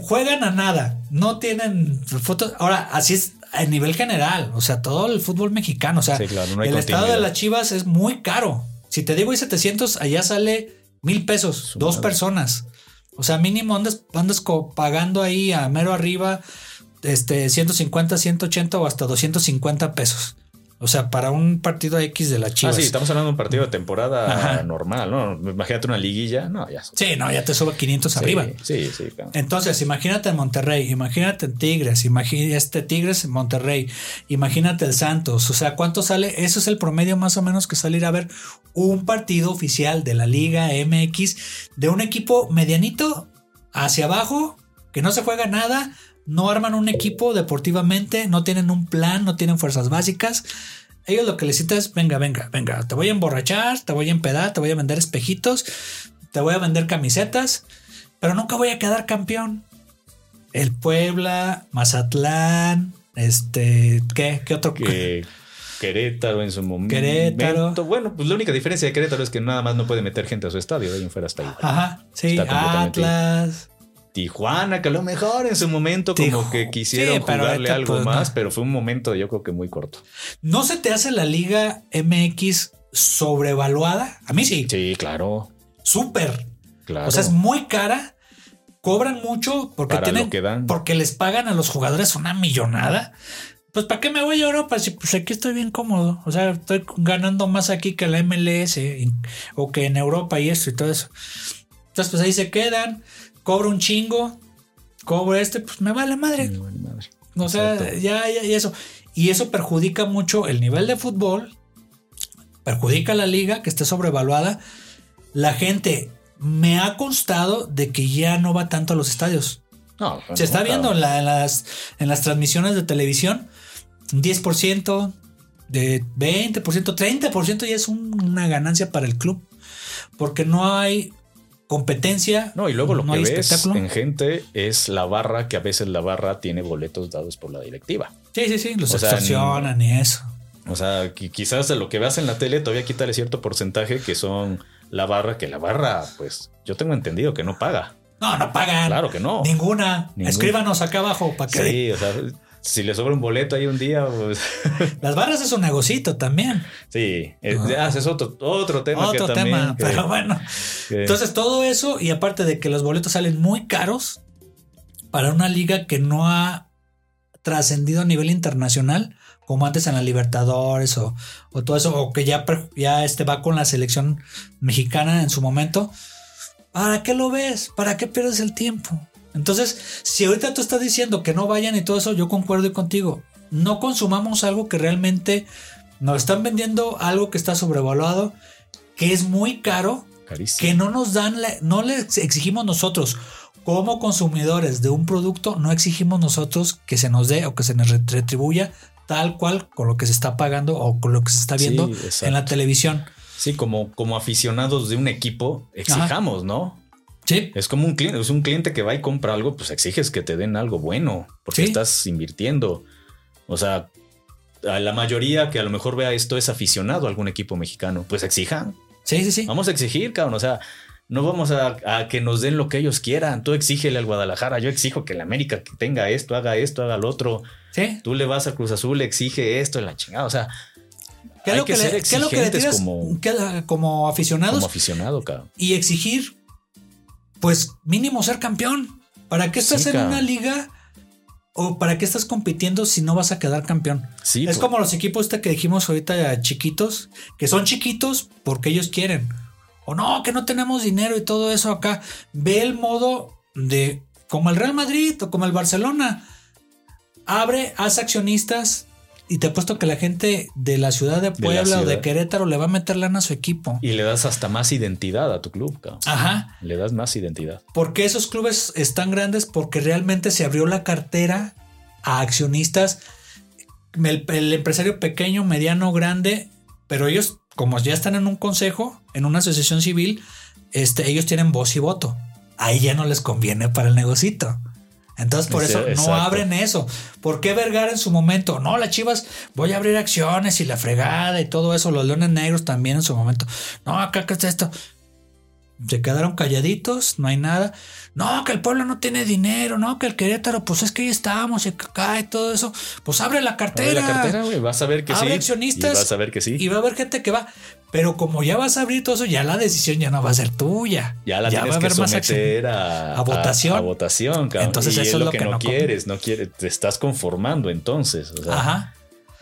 Juegan a nada, no tienen fotos. Ahora, así es a nivel general, o sea, todo el fútbol mexicano, o sea,
Sí, claro, no hay
el estado de
continuidad. Ah,
las Chivas es muy caro. Si te digo hay 700, allá sale mil pesos,
Su
dos
madre.
personas. O sea, mínimo andas, andas co- pagando ahí a mero arriba este 150, 180 o hasta 250 pesos. O sea, para un partido X de las
Ah,
Chivas.
sí, estamos hablando de un partido de temporada
Ajá.
normal, ¿no? Imagínate una liguilla, no, ya.
Sí, no, ya te sube 500 arriba.
Sí, sí, cabrón.
Entonces, imagínate en Monterrey, imagínate en Tigres, imagínate este Tigres en Monterrey, imagínate el Santos. O sea, ¿cuánto sale? Eso es el promedio más o menos que sale ir a ver un partido oficial de la Liga MX de un equipo medianito hacia abajo que no se juega nada, no arman un equipo deportivamente, no tienen un plan, no tienen fuerzas básicas. Ellos lo que les necesitan es, venga, venga, venga, te voy a emborrachar, te voy a empedar, te voy a vender espejitos, te voy a vender camisetas, pero nunca voy a quedar campeón. El Puebla, Mazatlán, este, ¿qué? ¿Qué otro?
Que Querétaro en su momento.
Querétaro.
Bueno, pues la única diferencia de Querétaro es que nada más no puede meter gente a su estadio, de ahí en fuera hasta ahí.
Ajá, sí,
Está completamente-
Atlas.
Tijuana, que a lo mejor en su momento como
Tiju-
que quisieron
Sí, pero
jugarle
ahorita,
algo
pues,
más,
no.
pero fue un momento yo creo que muy corto.
¿No se te hace la Liga MX sobrevaluada? A mí sí,
Sí, claro,
súper.
claro.
O sea, es muy cara. Cobran mucho porque
Para
tienen
lo que dan.
porque les pagan a los jugadores una millonada. Pues para qué me voy a Europa si pues aquí estoy bien cómodo. O sea, estoy ganando más aquí que en la MLS y- o que en Europa y esto y todo eso. Entonces, pues ahí se quedan, cobro un chingo, cobro este, pues me vale madre.
Me vale madre.
O sea,
Exacto.
ya, ya, y eso. Y eso perjudica mucho el nivel de fútbol, perjudica a la liga que esté sobrevaluada. La gente me ha constado de que ya no va tanto a los estadios.
No, no,
Se está
no,
viendo en, la- en las, en las transmisiones de televisión, 10%, de 20%, 30% ya es un- una ganancia para el club, porque no hay competencia.
No, y luego lo
no
que
hay
ves
espectáculo.
en gente es la barra, que a veces la barra tiene boletos dados por la directiva.
Sí, sí, sí, los
o sea,
extorsionan y eso.
O sea, qui- quizás de lo que veas en la tele todavía quítale cierto porcentaje que son la barra, que la barra, pues yo tengo entendido que no paga.
No, no pagan.
Claro que no.
Ninguna.
Ninguna.
Escríbanos acá abajo para que
Sí, o sea, si le sobra un boleto ahí un día, pues
las barras es un negocito también.
sí, es, ah, ese es otro, otro tema
Otro
que también.
tema,
que-
pero bueno.
que-
Entonces todo eso y aparte de que los boletos salen muy caros para una liga que no ha trascendido a nivel internacional como antes en la Libertadores o, o todo eso, o que ya, pre- ya este va con la selección mexicana en su momento. ¿Para qué lo ves? ¿Para qué pierdes el tiempo? Entonces, si ahorita tú estás diciendo que no vayan y todo eso, yo concuerdo contigo. No consumamos algo que realmente nos están vendiendo, algo que está sobrevaluado, que es muy caro
carísimo.
que no nos dan, la- no les exigimos nosotros como consumidores de un producto, no exigimos nosotros que se nos dé o que se nos re- retribuya tal cual con lo que se está pagando o con lo que se está
Sí,
viendo
exacto.
en la televisión.
Sí, como, como aficionados de un equipo, exijamos, ¿no?
Sí,
Es como un cliente, es un cliente que va y compra algo, pues exiges que te den algo bueno, porque
Sí.
estás invirtiendo. O sea, a la mayoría que a lo mejor vea esto es aficionado a algún equipo mexicano, pues exijan.
sí, sí, sí.
Vamos a exigir, cabrón. O sea, no vamos a, a que nos den lo que ellos quieran. Tú exígele al Guadalajara, yo exijo que el América que tenga esto, haga esto, haga lo otro.
sí.
Tú le vas al Cruz Azul, exige esto, en la chingada. O sea,
¿Qué es
hay
lo
que
que, le-
ser
qué es lo que le
exigentes
tiras
como-
qué es la- como aficionados
como aficionado, cabrón.
y exigir, pues mínimo ser campeón? ¿Para qué estás
Sí,
en
cabrón.
una liga o para qué estás compitiendo si no vas a quedar campeón?
Sí,
es
pues,
como los equipos este que dijimos ahorita chiquitos, que son chiquitos porque ellos quieren. O no, que no tenemos dinero y todo eso acá. Ve el modo de como el Real Madrid o como el Barcelona. Abre, haz accionistas y te apuesto que la gente de la ciudad de Puebla o de
ciudad.
Querétaro le va a meter lana a su equipo.
Y le das hasta más identidad a tu club, cabrón.
Ajá.
Le das más identidad.
Porque esos clubes están grandes? Porque realmente se abrió la cartera a accionistas, el, el empresario pequeño, mediano, grande, pero ellos, como ya están en un consejo, en una asociación civil, este, ellos tienen voz y voto. Ahí ya no les conviene para el negocito. Entonces, por
Ese-
eso
exacto.
no abren eso. ¿Por qué Vergara en su momento? No, las chivas, voy a abrir acciones y la fregada y todo eso. Los leones negros también en su momento. No, acá, ¿qué es esto? se quedaron calladitos, no hay nada. No, que el pueblo no tiene dinero, no, que el Querétaro, pues es que ahí estamos, y que acá y todo eso. Pues abre la cartera.
Abre la cartera, güey. Vas a ver que
Abre
sí.
accionistas
Y vas a ver que sí.
Y va a haber gente que va. Pero como ya vas a abrir todo eso, ya la decisión ya no va a ser tuya.
Ya la
va
tienes
a
que
haber más acción.
someter a,
a votación.
A, votación, cabrón.
Entonces
Y
eso es lo que
no,
no con-
quieres, no quieres, te estás conformando entonces. o sea,
Ajá,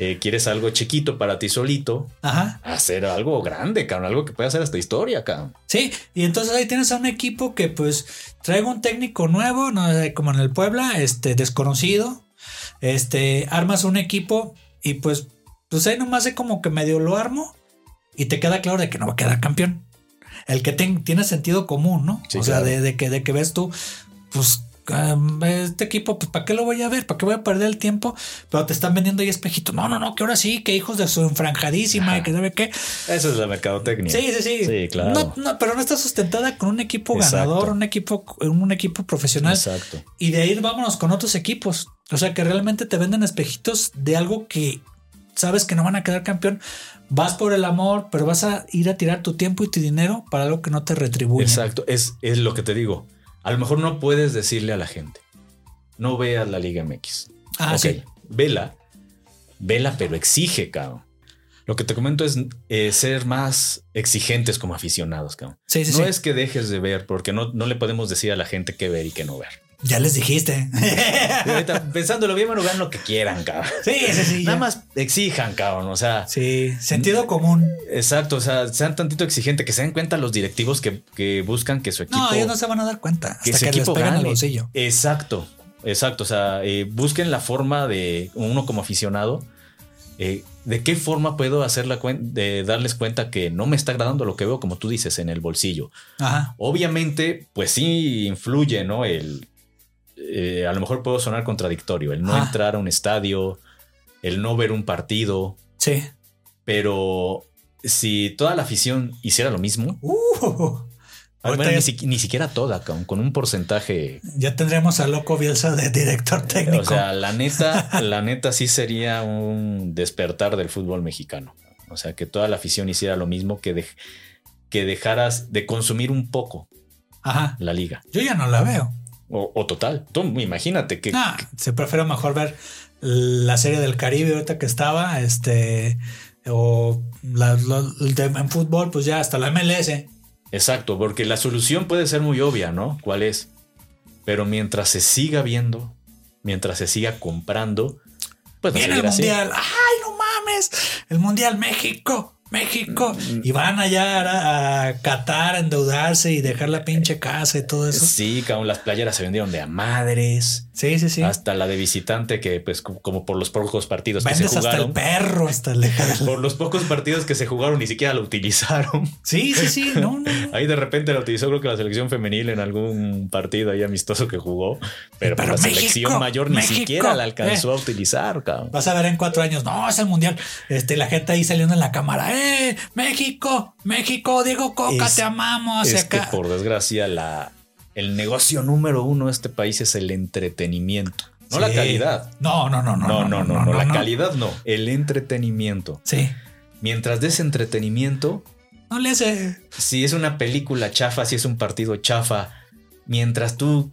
eh, quieres algo chiquito para ti solito,
ajá.
hacer algo grande, cabrón, algo que pueda hacer hasta historia, cabrón.
Sí, y entonces ahí tienes a un equipo que pues traigo un técnico nuevo, no sé, como en el Puebla, este desconocido, este armas un equipo y pues pues ahí nomás es como que medio lo armo y te queda claro de que no va a quedar campeón. El que ten- tiene sentido común, ¿no?
Sí,
o sea,
claro.
de, de que de que ves tú pues um, este equipo, pues ¿para qué lo voy a ver? ¿Para qué voy a perder el tiempo? Pero te están vendiendo ahí espejitos. No, no, no, que ahora sí, que hijos de su enfranjadísima,
Ajá.
y que sabe qué.
Esa es la mercadotecnia.
Sí, sí, sí.
Sí, claro.
No, no, pero no está sustentada con un equipo
Exacto.
ganador, un equipo, un equipo profesional.
Exacto.
Y de ahí vámonos con otros equipos. O sea, que realmente te venden espejitos de algo que sabes que no van a quedar campeón. Vas por el amor, pero vas a ir a tirar tu tiempo y tu dinero para algo que no te retribuye.
Exacto. Es, es lo que te digo. A lo mejor no puedes decirle a la gente, no veas la Liga MX.
Ah,
ok,
sí.
vela, vela, pero exige, cabrón. Lo que te comento es eh, ser más exigentes como aficionados, cabrón.
Sí, sí,
no
sí.
es que dejes de ver, porque no, no le podemos decir a la gente qué ver y qué no ver.
Ya les dijiste.
Y ahorita, pensándolo bien, bueno, vean lo que quieran, cabrón.
sí, sí, sí. ya.
Nada más exijan, cabrón. O sea,
Sí, sentido común.
exacto. O sea, sean tantito exigentes, que se den cuenta los directivos que, que buscan que su equipo.
No, ellos no se van a dar cuenta hasta
que
que,
su
les
equipo
pegan al
gane.
bolsillo.
Exacto, exacto. O sea, eh, busquen la forma de uno como aficionado. eh, ¿De qué forma puedo hacer la cuen- de darles cuenta que no me está agradando lo que veo, como tú dices, en el bolsillo?
Ajá.
Obviamente, pues sí influye, ¿no? El, eh, a lo mejor puedo sonar contradictorio, el no
Ah.
entrar a un estadio, el no ver un partido,
Sí.
pero si toda la afición hiciera lo mismo,
Uh,
al
Ahorita
menos ni,
ya-
si- ni siquiera toda, con, con un porcentaje.
ya tendremos a Loco Bielsa de director técnico.
Eh, O sea, la neta, la neta sí sería un despertar del fútbol mexicano. O sea, que toda la afición hiciera lo mismo, que, dej- que dejaras de consumir un poco
Ajá.
la liga.
Yo ya no la veo.
O, o total. Tú imagínate que
Ah, se prefiero mejor ver la serie del Caribe ahorita que estaba, este, o la- lo- el de- en fútbol, pues ya hasta la MLS.
Exacto, porque la solución puede ser muy obvia, ¿no? ¿Cuál es? Pero mientras se siga viendo, mientras se siga comprando, pues va a
Viene el
seguir así.
Mundial. ¡Ay, no mames! El Mundial México. México.
Mm,
Y van allá a, a Qatar a endeudarse y dejar la pinche casa y todo eso.
Sí, cabrón, las playeras se vendieron de a madres.
Sí, sí, sí.
Hasta la de visitante, que pues co- como por los pocos partidos que se
Vendes hasta el
jugaron.
perro, hasta el
Por los pocos partidos que se jugaron, ni siquiera lo utilizaron.
Sí, sí, sí. No, no, no.
Ahí de repente la utilizó, creo que la selección femenil en algún partido ahí amistoso que jugó. Pero, pues,
Pero
la
México,
selección mayor ni
México, eh.
siquiera la alcanzó a utilizar, cabrón.
Vas a ver en cuatro años, no, es el mundial. Este, la gente ahí saliendo en la cámara, ¡eh! México, México, Diego Coca,
Es-
te amamos. y
es que
acá.
por desgracia la el negocio número uno de este país es el entretenimiento, no la
Sí.
calidad.
No, no, no, no.
No, no, no, no, la calidad no, el entretenimiento.
Sí.
Mientras des entretenimiento,
No le hace.
si es una película chafa, si es un partido chafa, mientras tú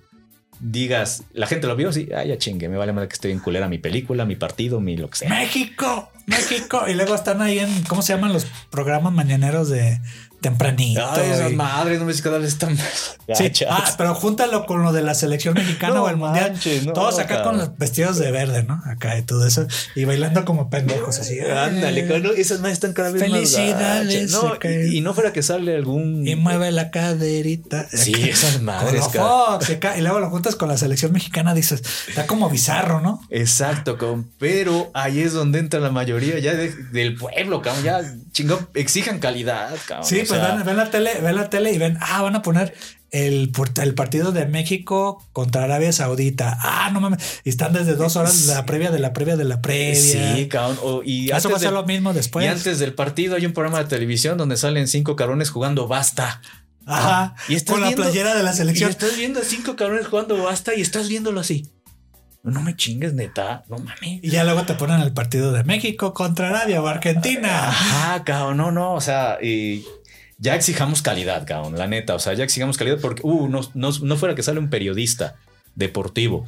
digas, la gente lo vio, sí, ay, ya chingue, me vale más que estoy en culera mi película, mi partido, mi lo que sea.
México, México. Y luego están ahí en, ¿cómo se llaman los programas mañaneros de tempranito?
Ay, esas
Y-
madres, no me dices que darles tan
Sí,
gachas.
ah, pero júntalo con lo de la selección mexicana
No
o el mundial.
manches, no,
Todos acá
cabrón.
con los vestidos de verde, ¿no? Acá y todo eso. Y bailando como pendejos así.
Ándale, cabrón, esas más están cada vez
Felicidades,
más gachas. No,
ok.
y, y no fuera que sale algún.
Y mueve la caderita.
Sí,
Acá.
esas madres,
Con
cara.
lo Fox, y acá. Y luego lo juntas con la selección mexicana, dices, está como bizarro, ¿no?
Exacto, cabrón. Pero ahí es donde entra la mayoría ya de- del pueblo, cabrón. Ya chingón, exijan calidad, cabrón.
Sí,
o
pues
sea,
ven, ven la tele, ven la tele y ven, ah, van a poner el, port- el partido de México contra Arabia Saudita. Ah, no mames. Y están desde dos horas la previa de la previa de la previa.
Sí, cabrón. O- y
Eh, Eso va a
antes
ser
del-
lo mismo pues. después.
y antes del partido hay un programa de televisión donde salen cinco cabrones jugando basta. Ah,
Ajá.
Y estás
con la
viendo-
playera de la
Y
selección.
estás viendo a cinco cabrones jugando basta y estás viéndolo así. No me chingues, neta. No mames.
Y ya luego te ponen el partido de México contra Arabia o Argentina.
Ajá, cabrón, no, no, o sea, y ya exijamos calidad, cabrón, la neta, o sea, ya exijamos calidad porque, uh, no, no, no fuera que sale un periodista deportivo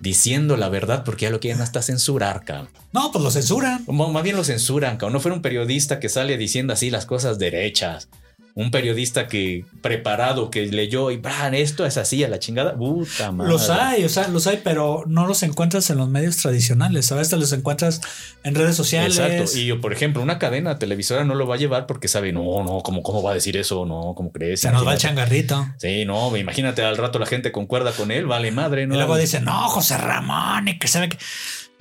diciendo la verdad porque ya lo quieren hasta censurar, cabrón.
No, pues lo censuran.
O más bien lo censuran, cabrón, no fuera un periodista que sale diciendo así las cosas derechas. Un periodista que preparado, que leyó y bran, esto es así a la chingada. Puta madre.
Los hay, o sea, los hay, pero no los encuentras en los medios tradicionales. A veces te los encuentras en redes sociales.
Exacto. Y yo, por ejemplo, una cadena televisora no lo va a llevar porque sabe, no, no, ¿cómo, cómo va a decir eso? No, ¿cómo crees?
se nos va el
Imagínate.
changarrito.
Sí, no, imagínate al rato la gente concuerda con él, vale madre, ¿no?
Y luego dicen, no, José Ramón, y que sabe que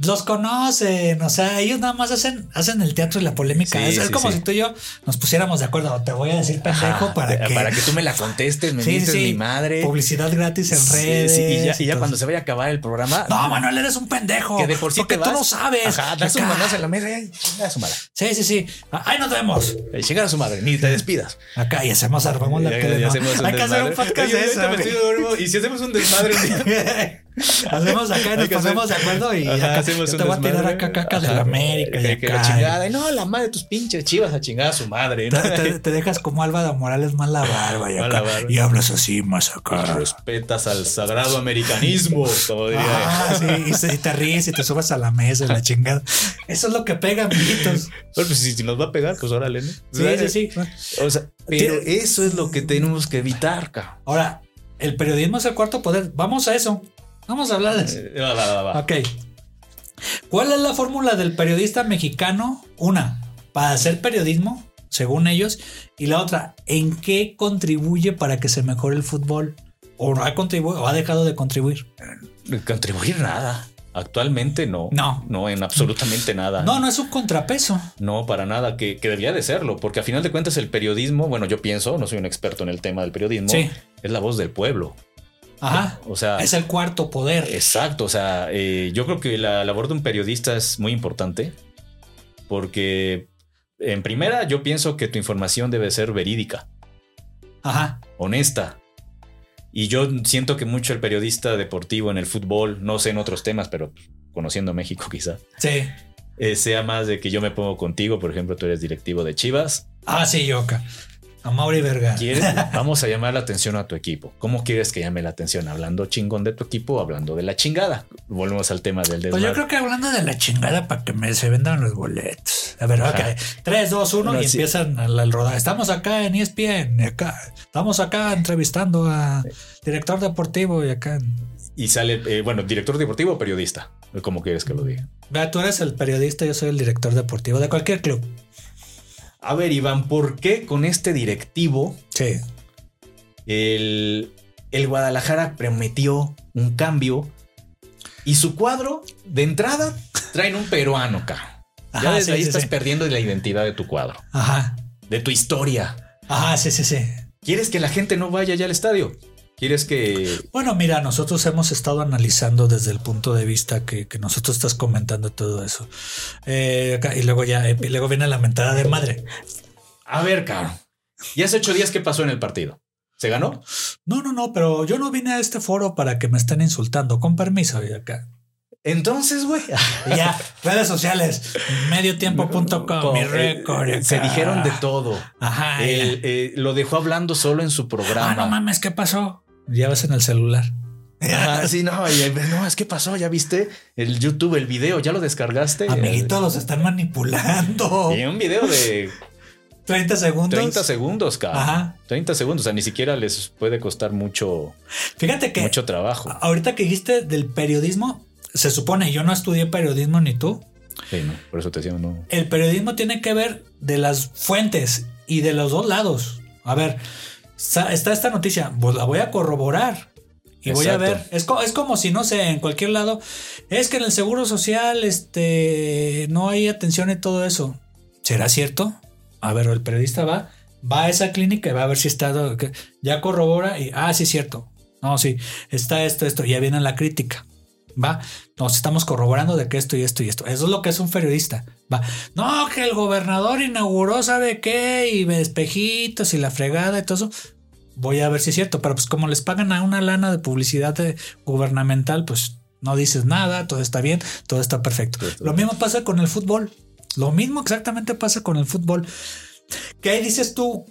los conocen. O sea, ellos nada más hacen, hacen el teatro y la polémica.
Sí,
es es
sí,
como
sí.
si tú y yo nos pusiéramos de acuerdo. Te voy a decir
Ajá,
pendejo para que.
tú me la contestes, me
Sí, sí,
dices
sí.
mi madre.
Publicidad gratis en
Sí,
redes.
sí, y ya, y ya
entonces-
cuando se vaya a acabar el programa.
No, Manuel, eres un pendejo.
que de por sí
porque
te
tú
vas,
no sabes.
Ajá, das un
Acá.
manazo en la mesa y chinga a su madre.
Sí, sí, sí. Ah, Ahí nos vemos.
Eh, Chingar a su madre, ni te despidas.
Acá y hacemos, armamos la
Ya-
tele, ¿no?
ya hacemos un
Hay que hacer un
desmadre.
podcast
Oye,
de eso.
ahorita me
güey.
estoy durmiendo. Y si hacemos un desmadre un día?
Hacemos acá y
Hay
nos
que hacer-
ponemos de acuerdo y
Ajá,
ya,
que hacemos
yo
un
te voy a tirar
desmadre.
acá caca de
Ajá.
la América y
Que- que la
acá.
chingada. Y no, la madre de tus pinches chivas a chingar a su madre. ¿no?
Te, te- te dejas como Álvaro Morales más la barba y,
Más
acá,
la barba.
y hablas así más acá.
Respetas al sagrado americanismo, como diría.
Ah, sí, y, se- y te ríes y te subas a la mesa y la chingada. Eso es lo que pega, amiguitos.
Bueno, pues si, si nos va a pegar, pues órale, ¿no?
Sí, sí, sí.
O sea, pero eso es lo que tenemos que evitar, cabrón.
Ahora, el periodismo es el cuarto poder. Vamos a eso. Vamos a hablar de eso.
Eh, va, va, va, va.
Ok. ¿Cuál es la fórmula del periodista mexicano? Una, para hacer periodismo, según ellos. Y la otra, ¿en qué contribuye para que se mejore el fútbol? ¿O no ha contribuido o ha dejado de contribuir?
Contribuir nada. Actualmente no.
No.
No, en absolutamente nada.
No, no es un contrapeso.
No, para nada, que, que debería de serlo, porque a final de cuentas el periodismo, bueno, yo pienso, no Ah. soy un experto en el tema del periodismo,
Sí.
es la voz del pueblo.
Ajá.
O sea,
Es el cuarto poder.
Exacto, o sea, eh, yo creo que la labor de un periodista es muy importante porque en primera yo pienso que tu información debe ser verídica,
Ajá.
honesta. Y yo siento que mucho el periodista deportivo en el fútbol, no sé en otros temas, pero conociendo México quizá,
Sí.
eh, sea más de que yo me pongo contigo, por ejemplo, tú eres directivo de Chivas,
Ah, sí, Yoka. A Mauri Vergara.
¿quieres? vamos a llamar la atención a tu equipo. ¿Cómo quieres que llame la atención? ¿Hablando chingón de tu equipo o hablando de la chingada? Volvemos al tema
Pues
del
yo
desmadre.
creo que hablando de la chingada para que me se vendan los boletos. A ver,
Ajá.
ok. 3, 2, 1
No,
y
sí.
empiezan al, al rodar. Estamos acá en E ESPN, acá. Estamos acá entrevistando a director deportivo y acá.
Y sale, eh, bueno, director deportivo o periodista, como quieres que lo diga.
Vea, tú eres el periodista, yo soy el director deportivo de cualquier club.
A ver, Iván, ¿por qué con este directivo
Sí.
el, el Guadalajara prometió un cambio y su cuadro de entrada traen un peruano, cabrón? Ya
Ajá,
desde
sí,
ahí
sí,
estás
sí.
perdiendo la identidad de tu cuadro,
Ajá.
de tu historia.
Ajá, sí, sí, sí.
¿Quieres que la gente no vaya ya al estadio? ¿Quieres que
Bueno, mira, nosotros hemos estado analizando desde el punto de vista que, que nosotros estás comentando todo eso. Eh, acá- y luego ya, eh, y luego viene la mentada de madre.
A ver, cabrón. Ya hace ocho días que pasó en el partido. ¿Se ganó?
No, no, no, pero yo no vine a este foro para que me estén insultando. Con permiso, y acá.
Entonces, güey. ah,
Y ya, redes sociales, mediotiempo.com, mi récord. y acá.
eh, Se dijeron de todo.
Ajá. y
Él, eh, lo dejó hablando solo en su
la- Ah, no
programa.
mames, ¿qué pasó? Ya vas en el celular.
Ajá, sí, no, y, eh, no, es que pasó, ya viste el YouTube, el video, ya lo descargaste.
Amiguito, los están manipulando.
Y un video de
30 segundos.
30 segundos, cara.
Ajá.
30 segundos, o sea, ni siquiera les puede costar mucho,
Fíjate que
mucho trabajo.
ahorita que dijiste del periodismo, se supone, yo no estudié periodismo ni tú.
Sí, no, por eso te decía, no.
El periodismo tiene que ver de las fuentes y de los dos lados. A ver, sa- está esta noticia, pues la voy a corroborar. Y voy a
Exacto.
ver, es, co- es como si, no sé, en cualquier lado, es que en el Seguro Social este, no hay atención y todo eso. ¿Será cierto? A ver, el periodista va, va a esa clínica y va a ver si está, do- que- ya corrobora y, ah, sí, es cierto. No, sí, está esto, esto, ya viene la crítica. Va, nos estamos corroborando de que esto y esto y esto. Eso es lo que es un periodista. Va, no, que el gobernador inauguró, ¿sabe qué? Y espejitos y la fregada y todo eso. Voy a ver si es cierto, pero pues como les pagan a una lana de publicidad de- gubernamental, pues no dices nada, todo está bien, todo está perfecto.
Todo está
Lo
bien.
mismo pasa con el fútbol. Lo mismo exactamente pasa con el fútbol. ¿Qué dices tú?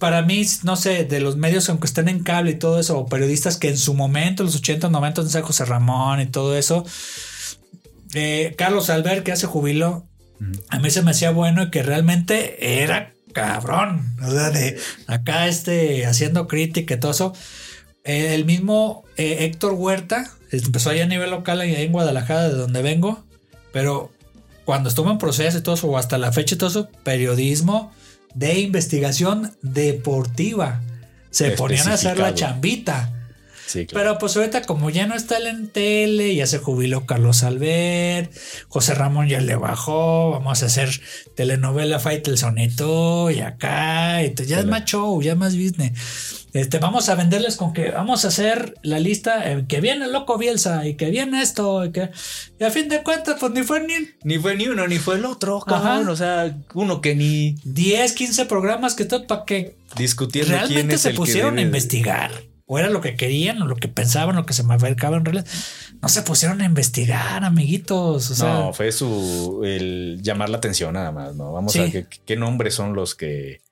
Para mí, no sé, de los medios, aunque estén en cable y todo eso, o periodistas que en su momento, en los 80, 90, no sé, José Ramón y todo eso, eh, Carlos Albert, que hace jubiló, a mí se me hacía bueno y que realmente era cabrón. O sea, de acá este haciendo crítica y todo eso. Eh, el mismo eh, Héctor Huerta empezó allá a nivel local ahí en Guadalajara, de donde vengo, pero cuando estuvo en proceso y todo eso, o hasta la fecha y todo eso, periodismo de investigación deportiva. Se ponían a hacer la
Especificado.
chambita.
Sí, claro.
Pero pues ahorita como ya no está él en tele, ya se jubiló Carlos Albert, José Ramón ya le bajó, vamos a hacer telenovela Fight el Soneto y acá, y te- ya es
Tele.
más show, ya es más business. Este, vamos a venderles con que vamos a hacer la lista, eh, que viene el loco Bielsa y que viene esto y que... Y a fin de cuentas, pues ni fue ni
Ni fue ni uno, ni fue el otro,
Ajá.
cabrón. O sea, uno que ni
10, 15 programas que todo para que
discutiendo quién
realmente
es
se
el que
pusieron a
debe-
investigar. O era lo que querían, o lo que pensaban, lo que se me acercaba en realidad. No se pusieron a investigar, amiguitos. O sea,
no, fue su el llamar la atención nada más, ¿no? Vamos
Sí.
a ver qué, qué nombres son los que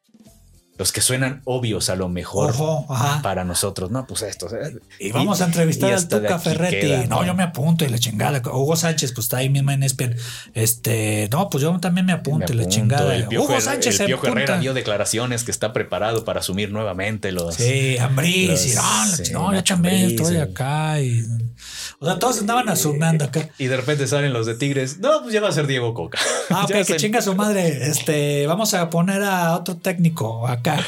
los que suenan obvios a lo mejor
ojo, ajá.
para nosotros, ¿no? Pues estos. eh.
Y vamos a entrevistar
y
al
hasta de
Tuca
aquí
Ferretti.
queda,
no,
¿no?
yo me apunto y la chingada. Hugo Sánchez, pues está ahí mismo en ESPN. Este, no, pues yo también me
Me
apunto y la
apunto,
chingada.
El Piojo,
Hugo
Herre-
Sánchez
el
se
Piojo Herrera
apunta.
dio declaraciones que está preparado para asumir nuevamente los.
Sí, Ambris,
Los-
y no, la-
sí,
no, yo
Nacho
chamé,
Ambriz,
estoy
el-
acá. Y, o sea, todos andaban asumiendo acá.
Y de repente salen los de Tigres. No, pues ya va a ser Diego Coca.
Ah, ok,
Ya
que
se-
chinga su madre. Este, vamos a poner a otro técnico acá.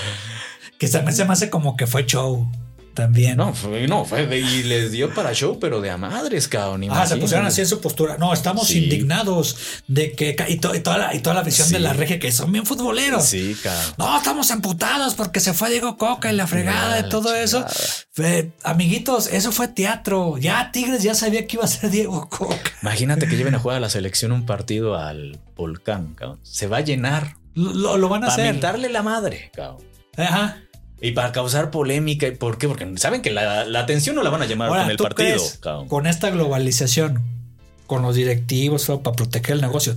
Que también se me hace como que fue show. también.
No, fue, no, fue, de- y les dio para show, pero de a madres,
Ah,
cabrón.
se
imagínate.
pusieron así en su postura. No, estamos
Sí.
indignados de que ca- y, to- y toda la, y toda la visión
Sí.
de la regia que son bien futboleros.
Sí, cabrón.
No, estamos emputados porque se fue Diego Coca y la fregada
Ah,
y todo
la
eso. Eh, amiguitos, eso fue teatro. Ya Tigres ya sabía que iba a ser Diego Coca.
Imagínate que lleven a jugar a la selección un partido al volcán, cabrón. Se va a llenar.
Lo- Lo, lo van a
Para
hacer.
mentarle la madre, cabrón.
Ajá.
Y para causar polémica. ¿Y por qué? Porque saben que la, la atención no la van a llamar
Ahora,
con el
¿tú
partido,
crees,
cabrón.
con esta globalización, con los directivos, fue para proteger el negocio,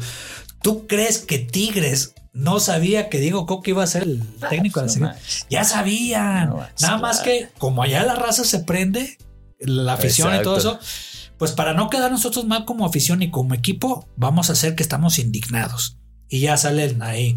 ¿tú crees que Tigres no sabía que Diego Coca iba a ser el técnico de la
Ah, No
selección?
manches.
Ya sabían.
No,
Nada
es
más
claro.
que como allá la raza se prende, la afición y todo
Exacto.
eso, pues para no quedar nosotros mal como afición y como equipo, vamos a hacer que estamos indignados. Y ya salen ahí.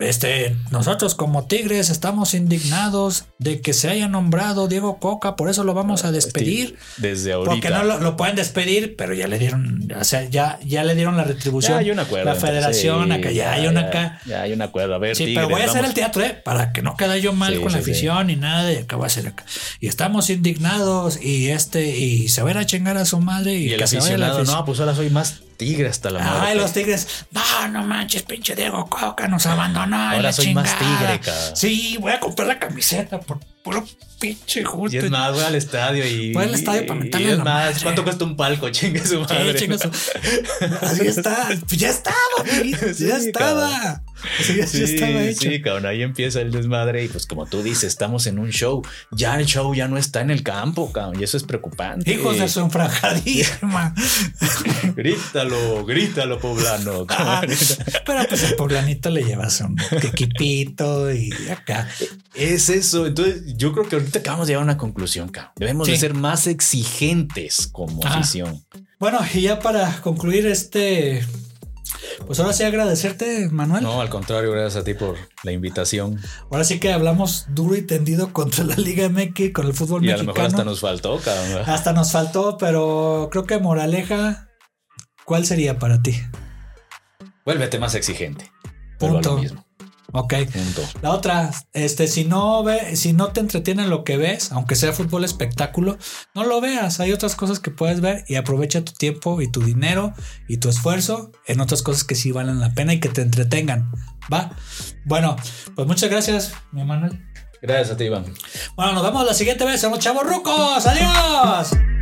Este, nosotros como Tigres estamos indignados de que se haya nombrado Diego Coca, por eso lo vamos
Ah, pues,
a despedir.
Desde ahorita.
Porque no lo, lo pueden despedir, pero ya le dieron, o sea, ya, ya le dieron la retribución.
Ya hay un acuerdo.
La
entre-
federación,
sí,
acá, ya hay una acá.
Ya hay un acuerdo. A ver,
Sí,
Tigres,
pero voy a hacer
vamos.
el teatro, ¿eh? Para que no quede yo mal
Sí,
con la
sí, sí.
afición y nada de acá voy a hacer acá. Y estamos indignados y este, y se va a ir a chingar a su madre y,
Y el
que se vaya la
aficionado,
afición.
no, pues ahora soy más tigre hasta la madre. pues.
Ay, los tigres. No, no manches, pinche Diego Coca nos abandonó. y
Ahora
la
soy más
chingada.
tigre, cabrón.
Sí, voy a comprar la camiseta por puro pinche
Y
gusto.
es más, voy al estadio y.
Voy al estadio para mentarle
y es
la
más,
madre.
¿cuánto cuesta un palco? Chingue su
Sí,
madre.
chinga su- Así está. pues Ya estaba, amiguito,
Sí,
ya estaba. Sí, ya
Sí,
estaba hecho.
sí, cabrón, ahí empieza el desmadre y pues como tú dices, estamos en un show, ya el show ya no está en el campo, cabrón, y eso es preocupante.
Hijos de su enfranjadísima.
Grítalo, grítalo, poblano.
Ah,
cabrón.
pero pues al poblanito le llevas un equipito y acá.
Es eso. Entonces, yo creo que ahorita acabamos de llegar a una conclusión, cabrón. Debemos de
Sí.
ser más exigentes como
Ajá.
afición.
Bueno, y ya para concluir este, pues ahora sí agradecerte, Manuel.
No, al contrario, gracias a ti por la invitación.
Ahora sí que hablamos duro y tendido contra la Liga MX, con el fútbol
Y a lo
mexicano.
mejor hasta nos faltó, cabrón.
Hasta nos faltó, pero creo que moraleja, ¿cuál sería para ti?
Vuélvete más exigente. Vuelvo a lo
Punto.
mismo.
Ok.
Punto.
La otra, este, si no ve, si no te entretiene lo que ves, aunque sea fútbol espectáculo, no lo veas. Hay otras cosas que puedes ver y aprovecha tu tiempo y tu dinero y tu esfuerzo en otras cosas que sí valen la pena y que te entretengan. Va. Bueno, pues muchas gracias, mi Manuel.
Gracias a ti, Iván.
Bueno, nos vemos la siguiente vez. Somos chavos rucos. Adiós.